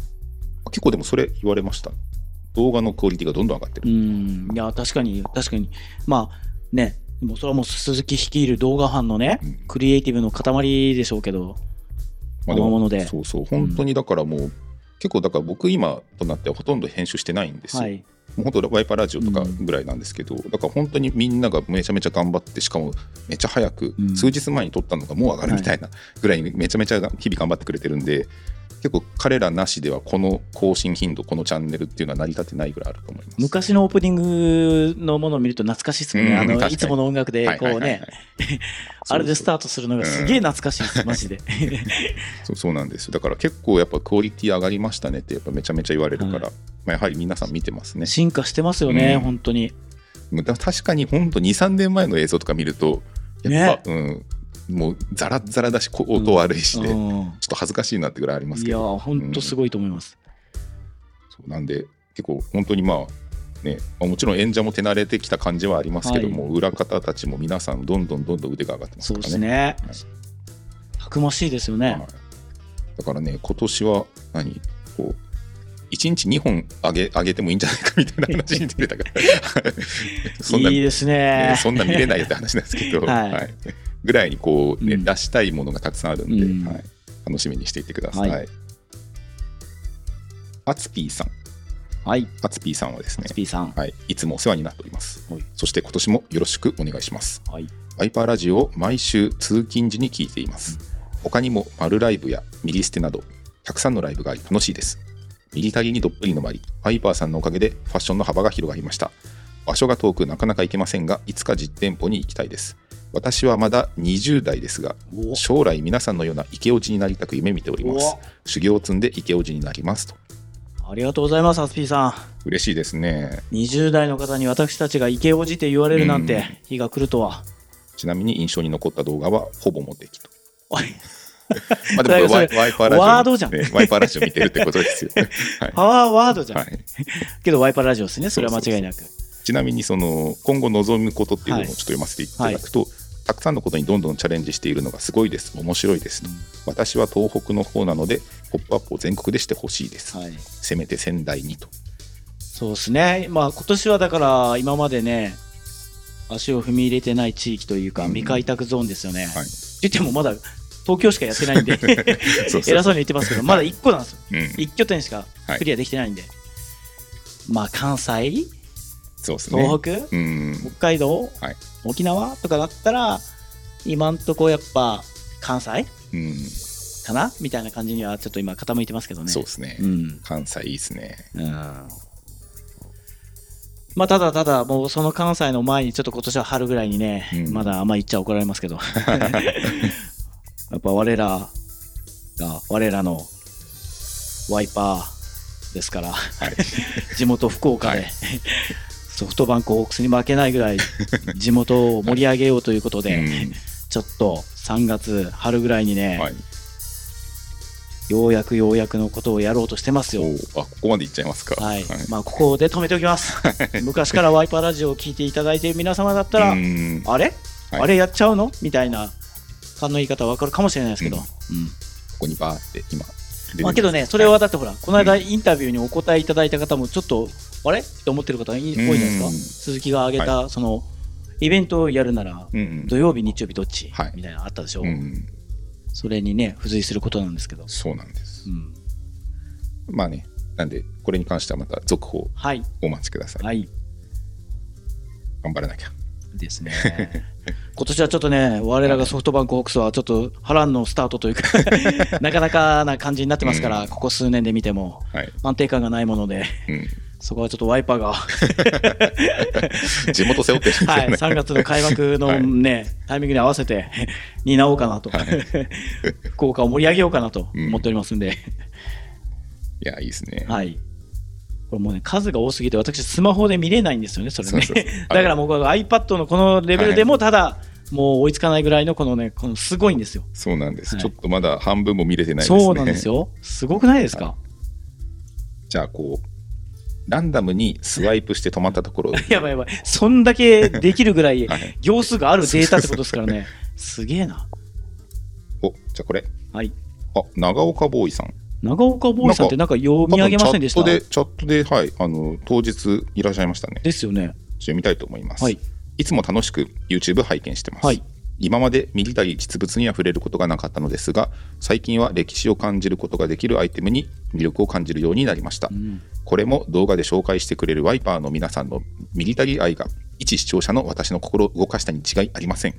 Speaker 3: 結構でもそれ言われました。動画のクオリティがどんどん上がって
Speaker 4: う
Speaker 3: る。
Speaker 4: んいや確かに確かにまあねでもそれはもう鈴木率いる動画班のね、
Speaker 3: うん
Speaker 4: クリエイティブの塊でしょうけど
Speaker 3: まあでも
Speaker 4: 生もので
Speaker 3: そうそう、本当にだからもう、結構だから僕今となってはほとんど編集してないんですよ。
Speaker 4: はい
Speaker 3: もう本当ワイパーラジオとかぐらいなんですけど、だから本当にみんながめちゃめちゃ頑張ってしかもめちゃ早く、
Speaker 4: うん
Speaker 3: 数日前に撮ったのがもう上がるみたいなぐらいにめちゃめちゃ日々頑張ってくれてるんで結構彼らなしではこの更新頻度このチャンネルっていうのは成り立てないぐらいあると思います
Speaker 4: 昔のオープニングのものを見ると懐かしいですもんね。
Speaker 3: うん
Speaker 4: あの、
Speaker 3: 確かに
Speaker 4: いつもの音楽で、こう
Speaker 3: はいはいはい
Speaker 4: ね
Speaker 3: はい、
Speaker 4: あれでスタートするのがすげえ懐かしいです、マ ジで。
Speaker 3: そうそうなんですよだから結構やっぱクオリティ上がりましたねってやっぱめちゃめちゃ言われるから、まあ、やはり皆さん見てますね
Speaker 4: 進化してますよね、
Speaker 3: うん
Speaker 4: 本当に。
Speaker 3: だから確かに本当23年前の映像とか見るとやっぱ、うん、もうザラッザラだしこう音悪いし
Speaker 4: う
Speaker 3: で、ちょっ
Speaker 4: ん
Speaker 3: と恥ずかしいなってぐらいあります
Speaker 4: い
Speaker 3: け
Speaker 4: や
Speaker 3: ど
Speaker 4: ー、本当すごいと思います。
Speaker 3: そうなんで結構本当にまあねまあもちろん演者も手慣れてきた感じはありますけども、裏方たちも皆さんどんどんどんどん腕が上がってます
Speaker 4: そう
Speaker 3: か
Speaker 4: で
Speaker 3: ら
Speaker 4: す
Speaker 3: ね。
Speaker 4: ね
Speaker 3: はい。
Speaker 4: たくましいですよ
Speaker 3: は
Speaker 4: ね
Speaker 3: い。だからね今年は何こう1日2本上げ上げてもいいんじゃないかみたいな話に出てたから そんない
Speaker 4: いです
Speaker 3: ね
Speaker 4: ね。
Speaker 3: そんな見れないよって話なんですけど、
Speaker 4: はい
Speaker 3: ぐらいにこう、ね
Speaker 4: うん
Speaker 3: 出したいものがたくさんあるんで、
Speaker 4: うん
Speaker 3: はい、楽しみにしていてください。
Speaker 4: は
Speaker 3: あつぴーさん、
Speaker 4: はい、
Speaker 3: あつぴーさんはですね
Speaker 4: ス、ピーさん。
Speaker 3: はい、いつもお世話になっております
Speaker 4: はい。
Speaker 3: そして今年もよろしくお願いします。
Speaker 4: はい。
Speaker 3: ワイパーラジオを毎週通勤時に聞いています。他にもマルライブやミリステなど、たくさんのライブがあり楽しいです。ミリタリーにどっぷりのまり、ワイパーさんのおかげでファッションの幅が広がりました。場所が遠くなかなか行けませんが、いつか実店舗に行きたいです。私はまだ20代ですが、
Speaker 4: お
Speaker 3: 将来皆さんのようなイケオジになりたく夢見ております。修行を積んでイケオジになりますと。
Speaker 4: おありがとうございます、アスピーさん。
Speaker 3: 嬉しいですね。
Speaker 4: 20代の方に私たちがイケオジって言われるなん
Speaker 3: うん
Speaker 4: て日が来ると は。
Speaker 3: ちなみに印象に残った動画はほぼモテキと。
Speaker 4: おい
Speaker 3: まあでもこれワイ
Speaker 4: そ
Speaker 3: ワイパーラジオ、
Speaker 4: ワードじゃん
Speaker 3: ねワイパーラジオ見てるってことですよ。
Speaker 4: パワーワードじゃん。
Speaker 3: はい、
Speaker 4: けどワイパーラジオですね、それは間違いなく。
Speaker 3: ちなみにその今後望むことっていうのを
Speaker 4: はい
Speaker 3: ちょっと読ませていただくと、たくさんのことにどんどんチャレンジしているのがすごいです、面白いですと。私は東北の方なので、ポップアップを全国でしてほしいです。
Speaker 4: はい。
Speaker 3: せめて仙台 にと。
Speaker 4: そうですね。まあ今年はだから今までね、足を踏み入れてない地域という
Speaker 3: う
Speaker 4: か
Speaker 3: ん
Speaker 4: 未開拓ゾーンですよね。
Speaker 3: はい
Speaker 4: 言ってもまだ東京しかやってないんで
Speaker 3: そうそう
Speaker 4: 偉そうに言ってますけどまだ1個なんですよ
Speaker 3: うん、
Speaker 4: 1拠点しかクリアできてないんで、まあ関西
Speaker 3: そうですね。
Speaker 4: 東
Speaker 3: う
Speaker 4: 北、
Speaker 3: ん、
Speaker 4: 北海道、
Speaker 3: はい
Speaker 4: 沖縄とかだったら今んとこやっぱ関西
Speaker 3: うん、
Speaker 4: かなみたいな感じにはちょっと今傾いてますけどね
Speaker 3: そうですね。
Speaker 4: うん
Speaker 3: 関西いいですね。
Speaker 4: うんまあただただもうその関西の前にちょっと今年は春ぐらいにね、
Speaker 3: うん
Speaker 4: まだあんま言っちゃ怒られ ますけどやっぱ我らが我らのワイパー ですから、
Speaker 3: い
Speaker 4: 地元福岡で、
Speaker 3: はい
Speaker 4: ソフトバンクホークスに負けない ぐらい地元を盛り上げようということで、ちょっと3月春ぐらいに
Speaker 3: う
Speaker 4: ね、
Speaker 3: ん、はい。
Speaker 4: ようやくようやくのことをやろうとしてますよ
Speaker 3: お。ーあここまでいっちゃいますか。
Speaker 4: はい、まあここで止めておきます。昔からワイパーラジオを聞いていただいている皆様だったら、
Speaker 3: うん
Speaker 4: あれ、
Speaker 3: はい
Speaker 4: あれやっちゃうのみたいな勘の言い方わかるかもしれないですけど、
Speaker 3: うんここにバーって今出てる
Speaker 4: まあけどね、それはだってほら、この間インタビューにお答えいただいた方もちょっと、あれって思ってる方多いんじゃないですか。
Speaker 3: うん
Speaker 4: 鈴木が挙げたそのイベントをやるなら
Speaker 3: うんうん
Speaker 4: 土曜日日曜日どっち、
Speaker 3: はい
Speaker 4: みたいなのあったでしょう。
Speaker 3: うん、
Speaker 4: それにね付随することなんですけど。
Speaker 3: そうなんです
Speaker 4: う。ん
Speaker 3: まあね、なんで、これに関してはまた続報
Speaker 4: はい、
Speaker 3: お待ちください。
Speaker 4: はい、
Speaker 3: 頑張らなきゃ。
Speaker 4: ですね。 今年はちょっとね、我らがソフトバンクホークスはちょっと波乱のスタートとい うか、なかなかな感じになってますから、
Speaker 3: うん
Speaker 4: ここ数年で見ても
Speaker 3: はい。
Speaker 4: 安定感がないもので、
Speaker 3: うん、
Speaker 4: そこはちょっとワイパーが、は
Speaker 3: 地元背負って るんですよね。
Speaker 4: い、3月の開幕の
Speaker 3: はい
Speaker 4: ね、タイミングに合わせて担おうかなと、
Speaker 3: はい
Speaker 4: 福岡を盛り上げようかなと
Speaker 3: うん
Speaker 4: 思っておりますんで、
Speaker 3: いや、いいですね。
Speaker 4: はい。これもうね、数が多すぎて、私、スマホで見れないんですよね、それね。
Speaker 3: そうそう そう
Speaker 4: だからもうこの iPad のこのレベルでも、ただ、もう追いつかないぐらいの、このね、このすごいんですよ。
Speaker 3: そうなんです、
Speaker 4: はい
Speaker 3: ちょっとまだ半分も見れてないですね。
Speaker 4: そうなんです。よ。すごくないですか、
Speaker 3: じゃあ、こう、ランダムにスワイプして止まったところ、
Speaker 4: やばいやばい。そんだけできるぐらい
Speaker 3: はい
Speaker 4: 行数があるデータってことですからね。すげえな。
Speaker 3: お、じゃあこれ、
Speaker 4: はい。
Speaker 3: あ、長岡ボーイさん。
Speaker 4: 長岡ボーイさんってなんか読み上げませんでした
Speaker 3: 多分チャットで、チャットで、はい、あの、当日いらっしゃいましたね。
Speaker 4: ですよね。
Speaker 3: ちょっと読みたいと思います。
Speaker 4: はいい。
Speaker 3: つも楽しく YouTube 拝見してます。
Speaker 4: はい
Speaker 3: 今までミリタリー実物には触れることがなかったのですが、最近は歴史を感じることができるアイテムに魅力を感じるようになりました。
Speaker 4: うん
Speaker 3: これも動画で紹介してくれるワイパーの皆さんのミリタリー愛が一視聴者の私の心を動かしたに違いありません。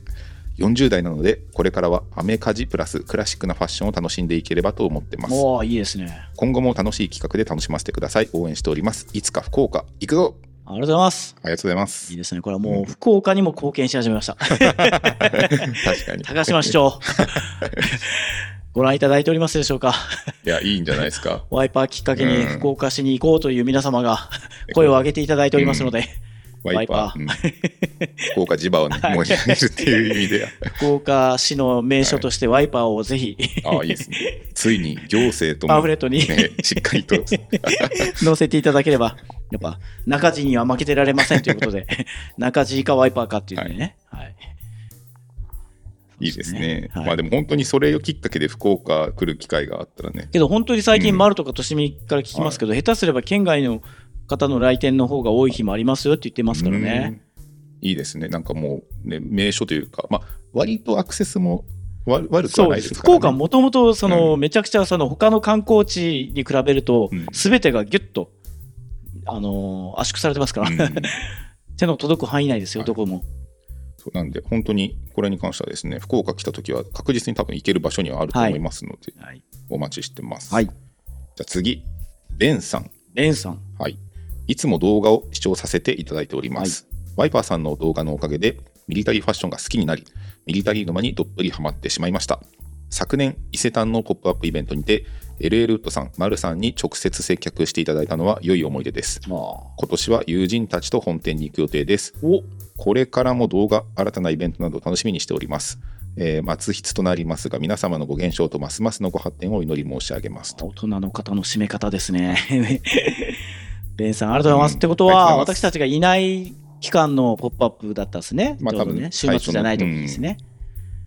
Speaker 3: 40代なので、これからはアメカジプラスクラシックなファッションを楽しんでいければと思ってます。
Speaker 4: おおいいですね。
Speaker 3: 今後も楽しい企画で楽しませてください。応援しております。いつか福岡、行くぞ
Speaker 4: ありがとうございます。
Speaker 3: ありがとうございます
Speaker 4: いい。ですね。これはもう福岡にも貢献し始めました。
Speaker 3: 確かに。
Speaker 4: 高島 市長。ご覧いただいておりますでしょうか。
Speaker 3: いや、いいんじゃないですか。
Speaker 4: ワイパーきっかけに
Speaker 3: うん
Speaker 4: 福岡市に行こうという皆様が声を上げていただいておりますので、
Speaker 3: ワイパー。うん福岡地場をね、
Speaker 4: はい
Speaker 3: 盛り上げるっていう意味 で。
Speaker 4: 福岡市の名所としてワイパーをぜひ
Speaker 3: ああ、いいですね。ついに行政と
Speaker 4: パン
Speaker 3: も、
Speaker 4: フレッ トに
Speaker 3: ね、しっかりと。
Speaker 4: 載せていただければ、やっぱ中地には負けてられませんということ で、中地かワイパーかっていうのにね。はい
Speaker 3: いいですね。
Speaker 4: はい
Speaker 3: まあでも本当にそれをきっかけで福岡来る機会があったらね。
Speaker 4: けど本当に最
Speaker 3: う
Speaker 4: 近、
Speaker 3: ん
Speaker 4: 丸とかとしみから聞きますけど、下手すれば県外の方の来店の方が多い日もありますよって言ってますからね。
Speaker 3: うん。いいですね。なんかもう、ね、名所というか、まあ、割とアクセスも悪悪くは
Speaker 4: そう
Speaker 3: ない
Speaker 4: で
Speaker 3: ですすから、
Speaker 4: 福
Speaker 3: ね。
Speaker 4: 岡はもともとその、
Speaker 3: う
Speaker 4: めちゃくちゃその他の観光地に比べると
Speaker 3: うん
Speaker 4: すべてがギュッと、あのー圧縮されてますから、
Speaker 3: うん
Speaker 4: 手の届く範囲内ですよ、
Speaker 3: はい
Speaker 4: どこも。
Speaker 3: そうなんで、本当にこれに関してはですね、福岡来た時は確実に多分行ける場所にはあると思いますので、
Speaker 4: はい、
Speaker 3: お待ちしてます。
Speaker 4: はい
Speaker 3: じゃあ次、レンさん。
Speaker 4: レンさん、
Speaker 3: はい。いつも動画を視聴させていただいております。ワイパーさんの動画のおかげで、ミリタリーファッションが好きになり、ミリタリー沼にどっぷりハマってしまいました。昨年、伊勢丹のポップアップイベントにて、LA ルートさん、マルさんに直接接客していただいたのは良い思い出です。
Speaker 4: お
Speaker 3: 今年は友人たちと本店に行く予定です。これからも動画、新たなイベントなど楽しみにしております。えー、末筆となりますが、皆様のご減少とますますのご発展をお祈り申し上げますと。
Speaker 4: 大人の方の締め方ですね。 レンさん、ありがとうございます。
Speaker 3: うん
Speaker 4: ってこと
Speaker 3: あ
Speaker 4: は、
Speaker 3: りがとうございま
Speaker 4: 私
Speaker 3: す
Speaker 4: たちがいない期間のポップアップだったんですね。
Speaker 3: まあ
Speaker 4: ちょうどね
Speaker 3: 多分
Speaker 4: 週末じゃない時ですね。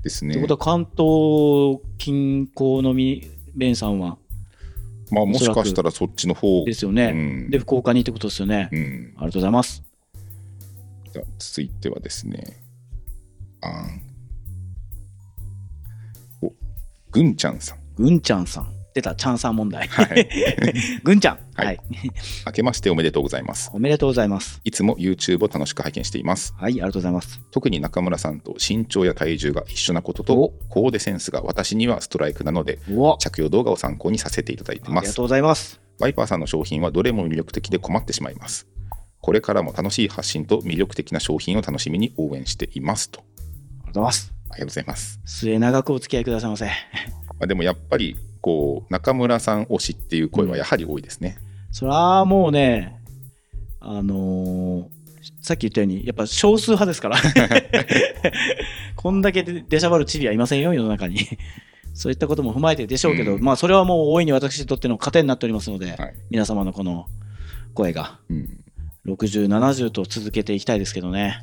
Speaker 3: です
Speaker 4: っ
Speaker 3: ね。
Speaker 4: てことは、関東近郊のみレンさんは
Speaker 3: まあ、もし
Speaker 4: おそら
Speaker 3: か
Speaker 4: く
Speaker 3: したらそっちの方
Speaker 4: ですよね。
Speaker 3: うん
Speaker 4: で、福岡にってことですよね。
Speaker 3: うん
Speaker 4: ありがとうございます。
Speaker 3: じゃあ続いてはですね、あんおぐんちゃんさん。
Speaker 4: ぐんちゃんさん。出た、ちゃんさん問題。
Speaker 3: はい。
Speaker 4: ぐんちゃん。
Speaker 3: は
Speaker 4: はいい、
Speaker 3: 明けましておめでとうございます。
Speaker 4: おめでとうございます。
Speaker 3: いつも YouTube を楽しく拝見しています。
Speaker 4: はい、ありがとうございます。
Speaker 3: 特に中村さんと身長や体重が一緒なことと、コーデセンスが私にはストライクなので、
Speaker 4: うわ
Speaker 3: 着用動画を参考にさせていただいて
Speaker 4: あ
Speaker 3: ま
Speaker 4: りが
Speaker 3: す
Speaker 4: と。うございます。
Speaker 3: ワイパーさんの商品はどれも魅力的で困ってしまいます。これからも楽しい発信と魅力的な商品を楽しみに応援していますと。
Speaker 4: ありがとうございます。
Speaker 3: ありがとうございます。
Speaker 4: 末永くお付き合いくださいませ。
Speaker 3: まあ、でもやっぱりこう中村さん推しっていう声はやはり多いですね。
Speaker 4: それはもうね、あのーさっき言ったように、やっぱ少数派で すから。こんだけで出しゃばるチビはいませんよ、世の中に。そういったことも踏まえてでしょうけど、
Speaker 3: うん
Speaker 4: まあそれはもう大いに私にとっての糧になっておりますので、
Speaker 3: はい
Speaker 4: 皆様のこの声が
Speaker 3: うん
Speaker 4: 60、70と続けていきたいですけどね。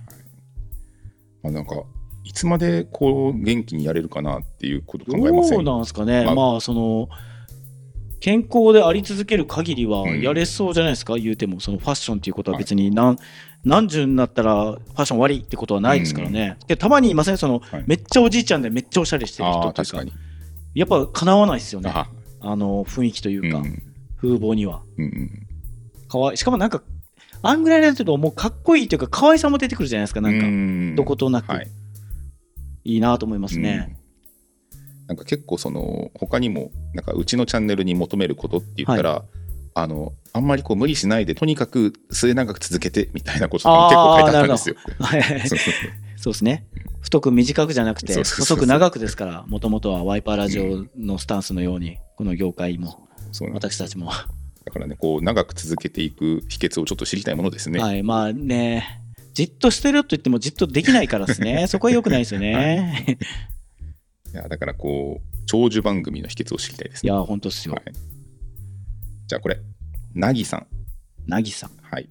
Speaker 3: まあ、なんかいつまでこう元気にやれるかなっていうこと考
Speaker 4: ど
Speaker 3: えません
Speaker 4: うなんですかね、
Speaker 3: ま
Speaker 4: ま
Speaker 3: あ
Speaker 4: あ、その健康であり続ける限りは
Speaker 3: うん
Speaker 4: やれそうじゃないですか、言うても、そのファッションっていうことは別に何,、何十になったらファッション終わりってことはないですからね、でたまにいません、その、
Speaker 3: はい
Speaker 4: めっちゃおじいちゃんでめっちゃおしゃれしてる
Speaker 3: あ
Speaker 4: 人
Speaker 3: あ
Speaker 4: という
Speaker 3: 確
Speaker 4: か
Speaker 3: かに。
Speaker 4: やっぱかなわないですよね、
Speaker 3: あ
Speaker 4: あの雰囲気といううん
Speaker 3: う
Speaker 4: か、
Speaker 3: ん
Speaker 4: 風貌には。
Speaker 3: うん
Speaker 4: かわいしかもなんか、あんぐらいだともうかっこいいというか、可愛さも出てくるじゃないですか、
Speaker 3: う
Speaker 4: なんか、
Speaker 3: ん
Speaker 4: どことなく、
Speaker 3: はい
Speaker 4: い、いなと思いますね。
Speaker 3: うんなんか結構その他にもなんかうちのチャンネルに求めることって言ったら、あのあんまりこう無理しないでとにかく末永く続けてみたいなこととかも結構書いてあったんですよ。
Speaker 4: はいはいはい
Speaker 3: そうそうそう
Speaker 4: そうですね。太く短くじゃなくて、
Speaker 3: そうそうそう
Speaker 4: 細く長くですから、もともとはワイパーラジオのスタンスのように、この業界も、
Speaker 3: そうなんです
Speaker 4: 私たちも。
Speaker 3: だからねこう長く続けていく秘訣をちょっと知りたいものですね。
Speaker 4: はい、まあね、じっとしてると言ってもじっとできないからです ね。そこは良くないですよね。
Speaker 3: いやだからこう長寿番組の秘訣を知りたいです
Speaker 4: い
Speaker 3: ね。
Speaker 4: や、本当ですよ
Speaker 3: はい。じゃあこれなぎさん
Speaker 4: なぎさん、
Speaker 3: はい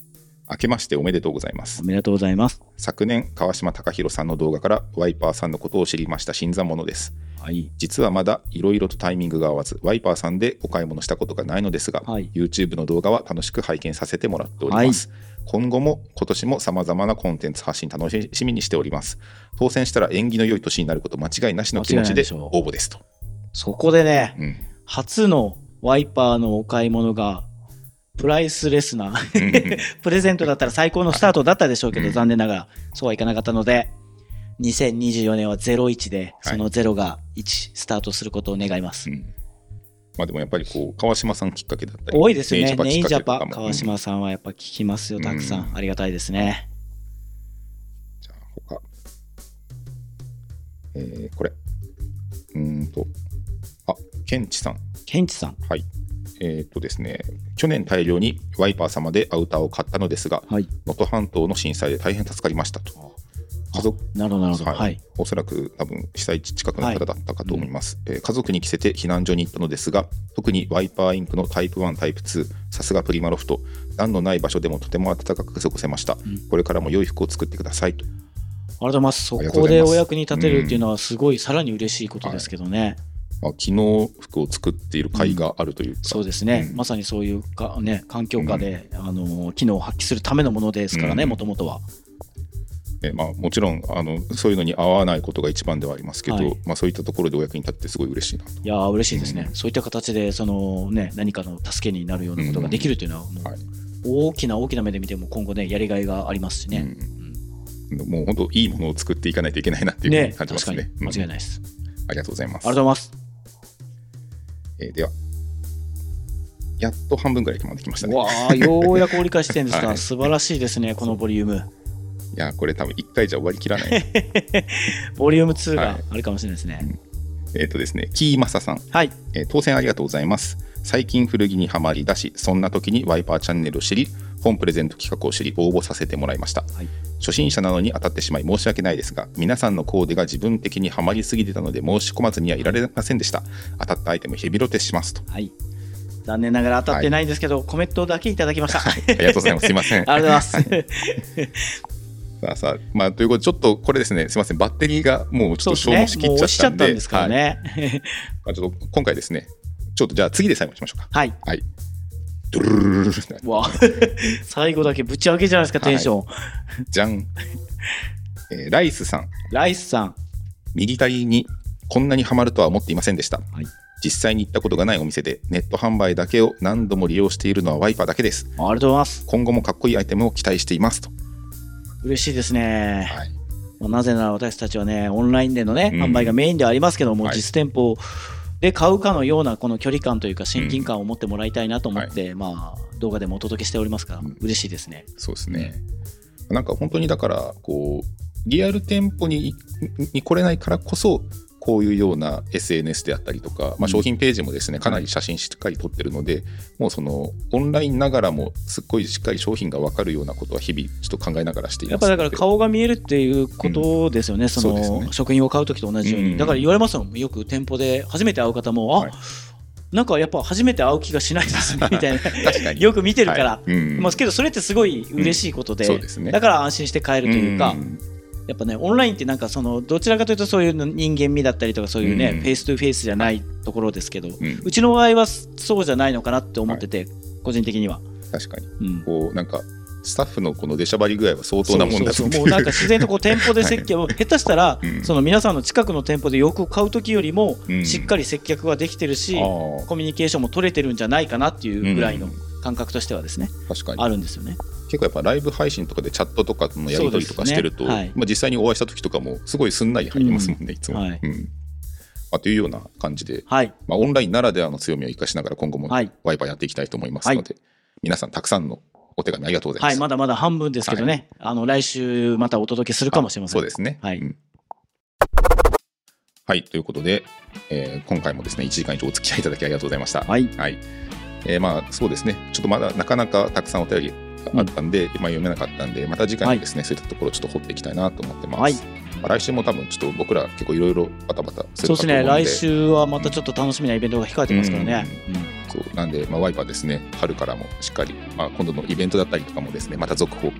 Speaker 3: 明けましておめでとうございま
Speaker 4: お
Speaker 3: す
Speaker 4: めでとうございます。
Speaker 3: 昨年川島貴弘さんの動画からワイパーさんのことを知りました新参者です
Speaker 4: はい。
Speaker 3: 実はまだいろいろとタイミングが合わずワイパーさんでお買い物したことがないのですが、
Speaker 4: はい
Speaker 3: YouTube の動画は楽しく拝見させてもらっております、今後も今年も様々なコンテンツ発信楽しみにしております当選したら縁起の良い年になること間違いなしの気持ちで
Speaker 4: 間違いないでしょう
Speaker 3: 応募ですと
Speaker 4: そこでね、
Speaker 3: うん
Speaker 4: 初のワイパーのお買い物が、プライスレスな
Speaker 3: うんうん
Speaker 4: プレゼントだったら最高のスタートだったでしょうけ
Speaker 3: う
Speaker 4: ど、
Speaker 3: ん
Speaker 4: 残念ながら、そうはいかなかったので、 2024年は01で、
Speaker 3: はい
Speaker 4: その0が1スタートすることを願います。
Speaker 3: うんまあでもやっぱりこう川島さんきっかけだったり
Speaker 4: 多いですよね。
Speaker 3: ネ
Speaker 4: ネ
Speaker 3: イ
Speaker 4: イ
Speaker 3: ジ
Speaker 4: ジ
Speaker 3: ャ
Speaker 4: ャ
Speaker 3: パきっかけと
Speaker 4: パ
Speaker 3: かも
Speaker 4: 川島さんはやっぱ聞きますよ、たくさん。
Speaker 3: う
Speaker 4: ありがたいですね。
Speaker 3: じゃあ他えーこれうーんとあケンチさん
Speaker 4: ケンチさん。
Speaker 3: はいえーっとですね去年大量にワイパー様でアウターを買ったのですが
Speaker 4: はい。
Speaker 3: 能登半島の震災で大変助かりましたと家族
Speaker 4: なるほど、なるほど。
Speaker 3: はい
Speaker 4: はい。
Speaker 3: おそらく多分被災地近くの方だったかと思います、えー家族に着せて避難所に行ったのですが特にワイパーインクのタイプ1タイプ2さすがプリマロフト暖のない場所でもとても暖かく過ごせました、
Speaker 4: ん
Speaker 3: これからも良い服を作ってくださいと
Speaker 4: ありがとうございます。そ
Speaker 3: ありがとうご
Speaker 4: こ
Speaker 3: ざい
Speaker 4: で
Speaker 3: ます
Speaker 4: お役に立てるっていうのは、すごい、さらに嬉しいことですけどね。
Speaker 3: まあ、昨日服を作っている甲斐があるというか、
Speaker 4: そうですね、
Speaker 3: うん
Speaker 4: まさにそういうか、ね、環境下で、あの機能を発揮するためのものですからね、
Speaker 3: うん
Speaker 4: もともとは。
Speaker 3: えーまあ、もちろんあのそういうのに合わないことが一番ではありますけど、
Speaker 4: はい
Speaker 3: まあ、そういったところでお役に立ってすごい嬉しいなと、
Speaker 4: いやー、嬉しいですね、
Speaker 3: うん
Speaker 4: そういった形でその、ね、何かの助けになるようなことができるというのは、もう
Speaker 3: はい
Speaker 4: 大きな大きな目で見ても、今後ね、やりがいがありますしね。
Speaker 3: うんもう本当いいものを作っていかないといけないなっていうふう
Speaker 4: ね
Speaker 3: に感じま
Speaker 4: 確
Speaker 3: す
Speaker 4: か
Speaker 3: ね
Speaker 4: に、
Speaker 3: うん
Speaker 4: 間違いないです。
Speaker 3: ありがとうございます
Speaker 4: ありがとうございます。
Speaker 3: えーではやっと半分ぐらいまで来ました
Speaker 4: う
Speaker 3: ね
Speaker 4: わあ、ようやく折り返し点です が、
Speaker 3: はい
Speaker 4: 素晴らしいですね、このボリューム。
Speaker 3: いやこれ多分1回じゃ終わりきらない
Speaker 4: ボリューム2
Speaker 3: は
Speaker 4: が
Speaker 3: い
Speaker 4: あるかもしれないですね。
Speaker 3: えっとですねキーマサさん、
Speaker 4: はい、
Speaker 3: えー当選ありがとうございます最近古着にはまりだしそんな時にワイパーチャンネルを知り本プレゼント企画を知り応募させてもらいました、
Speaker 4: はい
Speaker 3: 初心者なのに当たってしまい申し訳ないですが皆さんのコーデが自分的にはまりすぎてたので申し込まずにはいられませんでした当たったアイテムヘビロテしますと
Speaker 4: はい。残念ながら当たってないんですけど、コメントだけいただきました。
Speaker 3: はいありがとうございますすいません
Speaker 4: ありがとうございます。
Speaker 3: さあさあ、まあ、ということで、ちょっとこれですね、すみません、バッテリーがもうち
Speaker 4: そ
Speaker 3: ょ
Speaker 4: う
Speaker 3: っと消
Speaker 4: ですね
Speaker 3: 耗し。き
Speaker 4: も
Speaker 3: っ
Speaker 4: う
Speaker 3: ちゃ
Speaker 4: 押
Speaker 3: っ
Speaker 4: しちゃ
Speaker 3: た
Speaker 4: っ
Speaker 3: ん
Speaker 4: た
Speaker 3: で、
Speaker 4: んですから
Speaker 3: はい
Speaker 4: ね。
Speaker 3: まあ、ちょっと今回ですね、ちょっとじゃあ次で最後にしましょうか。
Speaker 4: はい。
Speaker 3: はい。ドゥルルルルルル
Speaker 4: わあ最後だけぶち上げじゃないですか、テンション。
Speaker 3: じゃん。えーライスさん、
Speaker 4: ライスさん。
Speaker 3: 右タイにこんなにハマるとは思っていませんでした。
Speaker 4: い
Speaker 3: 実際に行ったことがないお店で、ネット販売だけを何度も利用しているのはワイパーだけです。
Speaker 4: ありがとうございます。
Speaker 3: 今後もかっこいいアイテムを期待していますと。
Speaker 4: 嬉しいですね。
Speaker 3: はい。
Speaker 4: まあなぜなら私たちはね、オンラインでのね、
Speaker 3: うん
Speaker 4: 販売がメインではありますけども、
Speaker 3: はい
Speaker 4: 実店舗で買うかのようなこの距離感というか、親近感を持ってもらいたいなと思って、まあ、動画でもお届けしておりますから、
Speaker 3: うん
Speaker 4: 嬉しいですね。
Speaker 3: そうですね。なんか本当にだから、こう、リアル店舗にに来れないからこそ、こういうような SNS であったりとか、まあ、商品ページもですね、かなり写真しっかり撮ってるので、もうそのオンラインながらも、すっごいしっかり商品が分かるようなことは日々、ちょっと考えながらしていま
Speaker 4: やっ
Speaker 3: す
Speaker 4: ぱ
Speaker 3: の
Speaker 4: だ
Speaker 3: で。
Speaker 4: から顔が見えるっていうことですよね、そ
Speaker 3: そうですね
Speaker 4: の食品を買うときと同じように、
Speaker 3: うん
Speaker 4: だから言われますもん、よく店舗で初めて会う方も、あ、
Speaker 3: はい
Speaker 4: なんかやっぱ初めて会う気がしないですねみたいな、
Speaker 3: 確かに
Speaker 4: よく見てるから、
Speaker 3: はいうん
Speaker 4: まあ、けどそれってすごい嬉しいことで,、
Speaker 3: うんそうですね
Speaker 4: だから安心して買えるというか、
Speaker 3: ん
Speaker 4: やっぱね、オンラインってなんかその、どちらかというとそういうの人間味だったりとか、そういうね、
Speaker 3: うん
Speaker 4: フェイストゥフェイスじゃないところですけど、う
Speaker 3: うん
Speaker 4: ちの場合はそうじゃないのかなって思ってて、個人的には。
Speaker 3: 確かに
Speaker 4: うん
Speaker 3: こうなんかスタッフのこの出しゃばり具合は相当なもんだと
Speaker 4: そう
Speaker 3: 思
Speaker 4: そうそううもうなんか自然とこう店舗で接 客を、下手したら、
Speaker 3: うん
Speaker 4: その皆さんの近くの店舗で洋服を買う時よりも、
Speaker 3: うん
Speaker 4: しっかり接客ができてる し、
Speaker 3: あ
Speaker 4: コミュニケーションも取れてるんじゃないかなっていうぐらいの感覚としてはですね、
Speaker 3: あ確かに
Speaker 4: あるんですよね。
Speaker 3: 結構やっぱライブ配信とかでチャットとかのやり取りとかしてると、
Speaker 4: そうですねはい
Speaker 3: まあ、実際にお会いした時とかもすごいすんなり入りますもんね、いつも。
Speaker 4: はい
Speaker 3: うんまあ、というような感じで、
Speaker 4: はい。
Speaker 3: まあ、オンラインならではの強みを生かしながら今後も
Speaker 4: はい
Speaker 3: Wi-Fi やっていきたいと思いますので、皆さんたくさんのお手紙ありがとうございま
Speaker 4: は
Speaker 3: す。
Speaker 4: い、まだまだ半分ですけどね、あの、来週またお届けするかもしれません。
Speaker 3: そうですね。
Speaker 4: はい
Speaker 3: うんはい、ということで、えー今回もですね、1時間以上お付き合いいただきありがとうございました。
Speaker 4: はい
Speaker 3: えーまあ、そうですね、ちょっとまだなかなかたくさんお便りがあったんで、まあ、読めなかったんで、また次回にですね、そういったところをちょっと掘っていきたいなと思ってます。
Speaker 4: はい
Speaker 3: まあ、来週も多分、ちょっと僕ら結構いろいろバタバタす
Speaker 4: そ
Speaker 3: るか
Speaker 4: うで
Speaker 3: と思
Speaker 4: す
Speaker 3: う
Speaker 4: ね、
Speaker 3: ので、
Speaker 4: 来週はまたちょっと楽しみなイベントが控えてますからね。うん
Speaker 3: そうなんで、まあ、ワイパーですね、春からもしっかり、まあ、今度のイベントだったりとかもですね、また続報、詳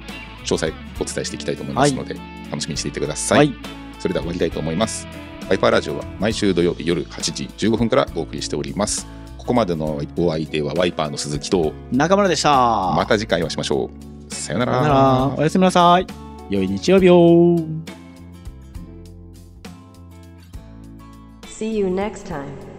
Speaker 3: 細お伝えしていきたいと思いますので、楽しみにしていてください。
Speaker 4: はい、
Speaker 3: それでは終わりたいと思います。ワイパーラジオは毎週土曜日夜8時15分からお送りしております。ここまでのお相手はワイパーの鈴木と、
Speaker 4: 中村でした。
Speaker 3: また次回お会いしましょう。さよな
Speaker 4: さよなら
Speaker 3: ら
Speaker 4: お。やすみなさい。良い日曜日を。
Speaker 2: See you next time.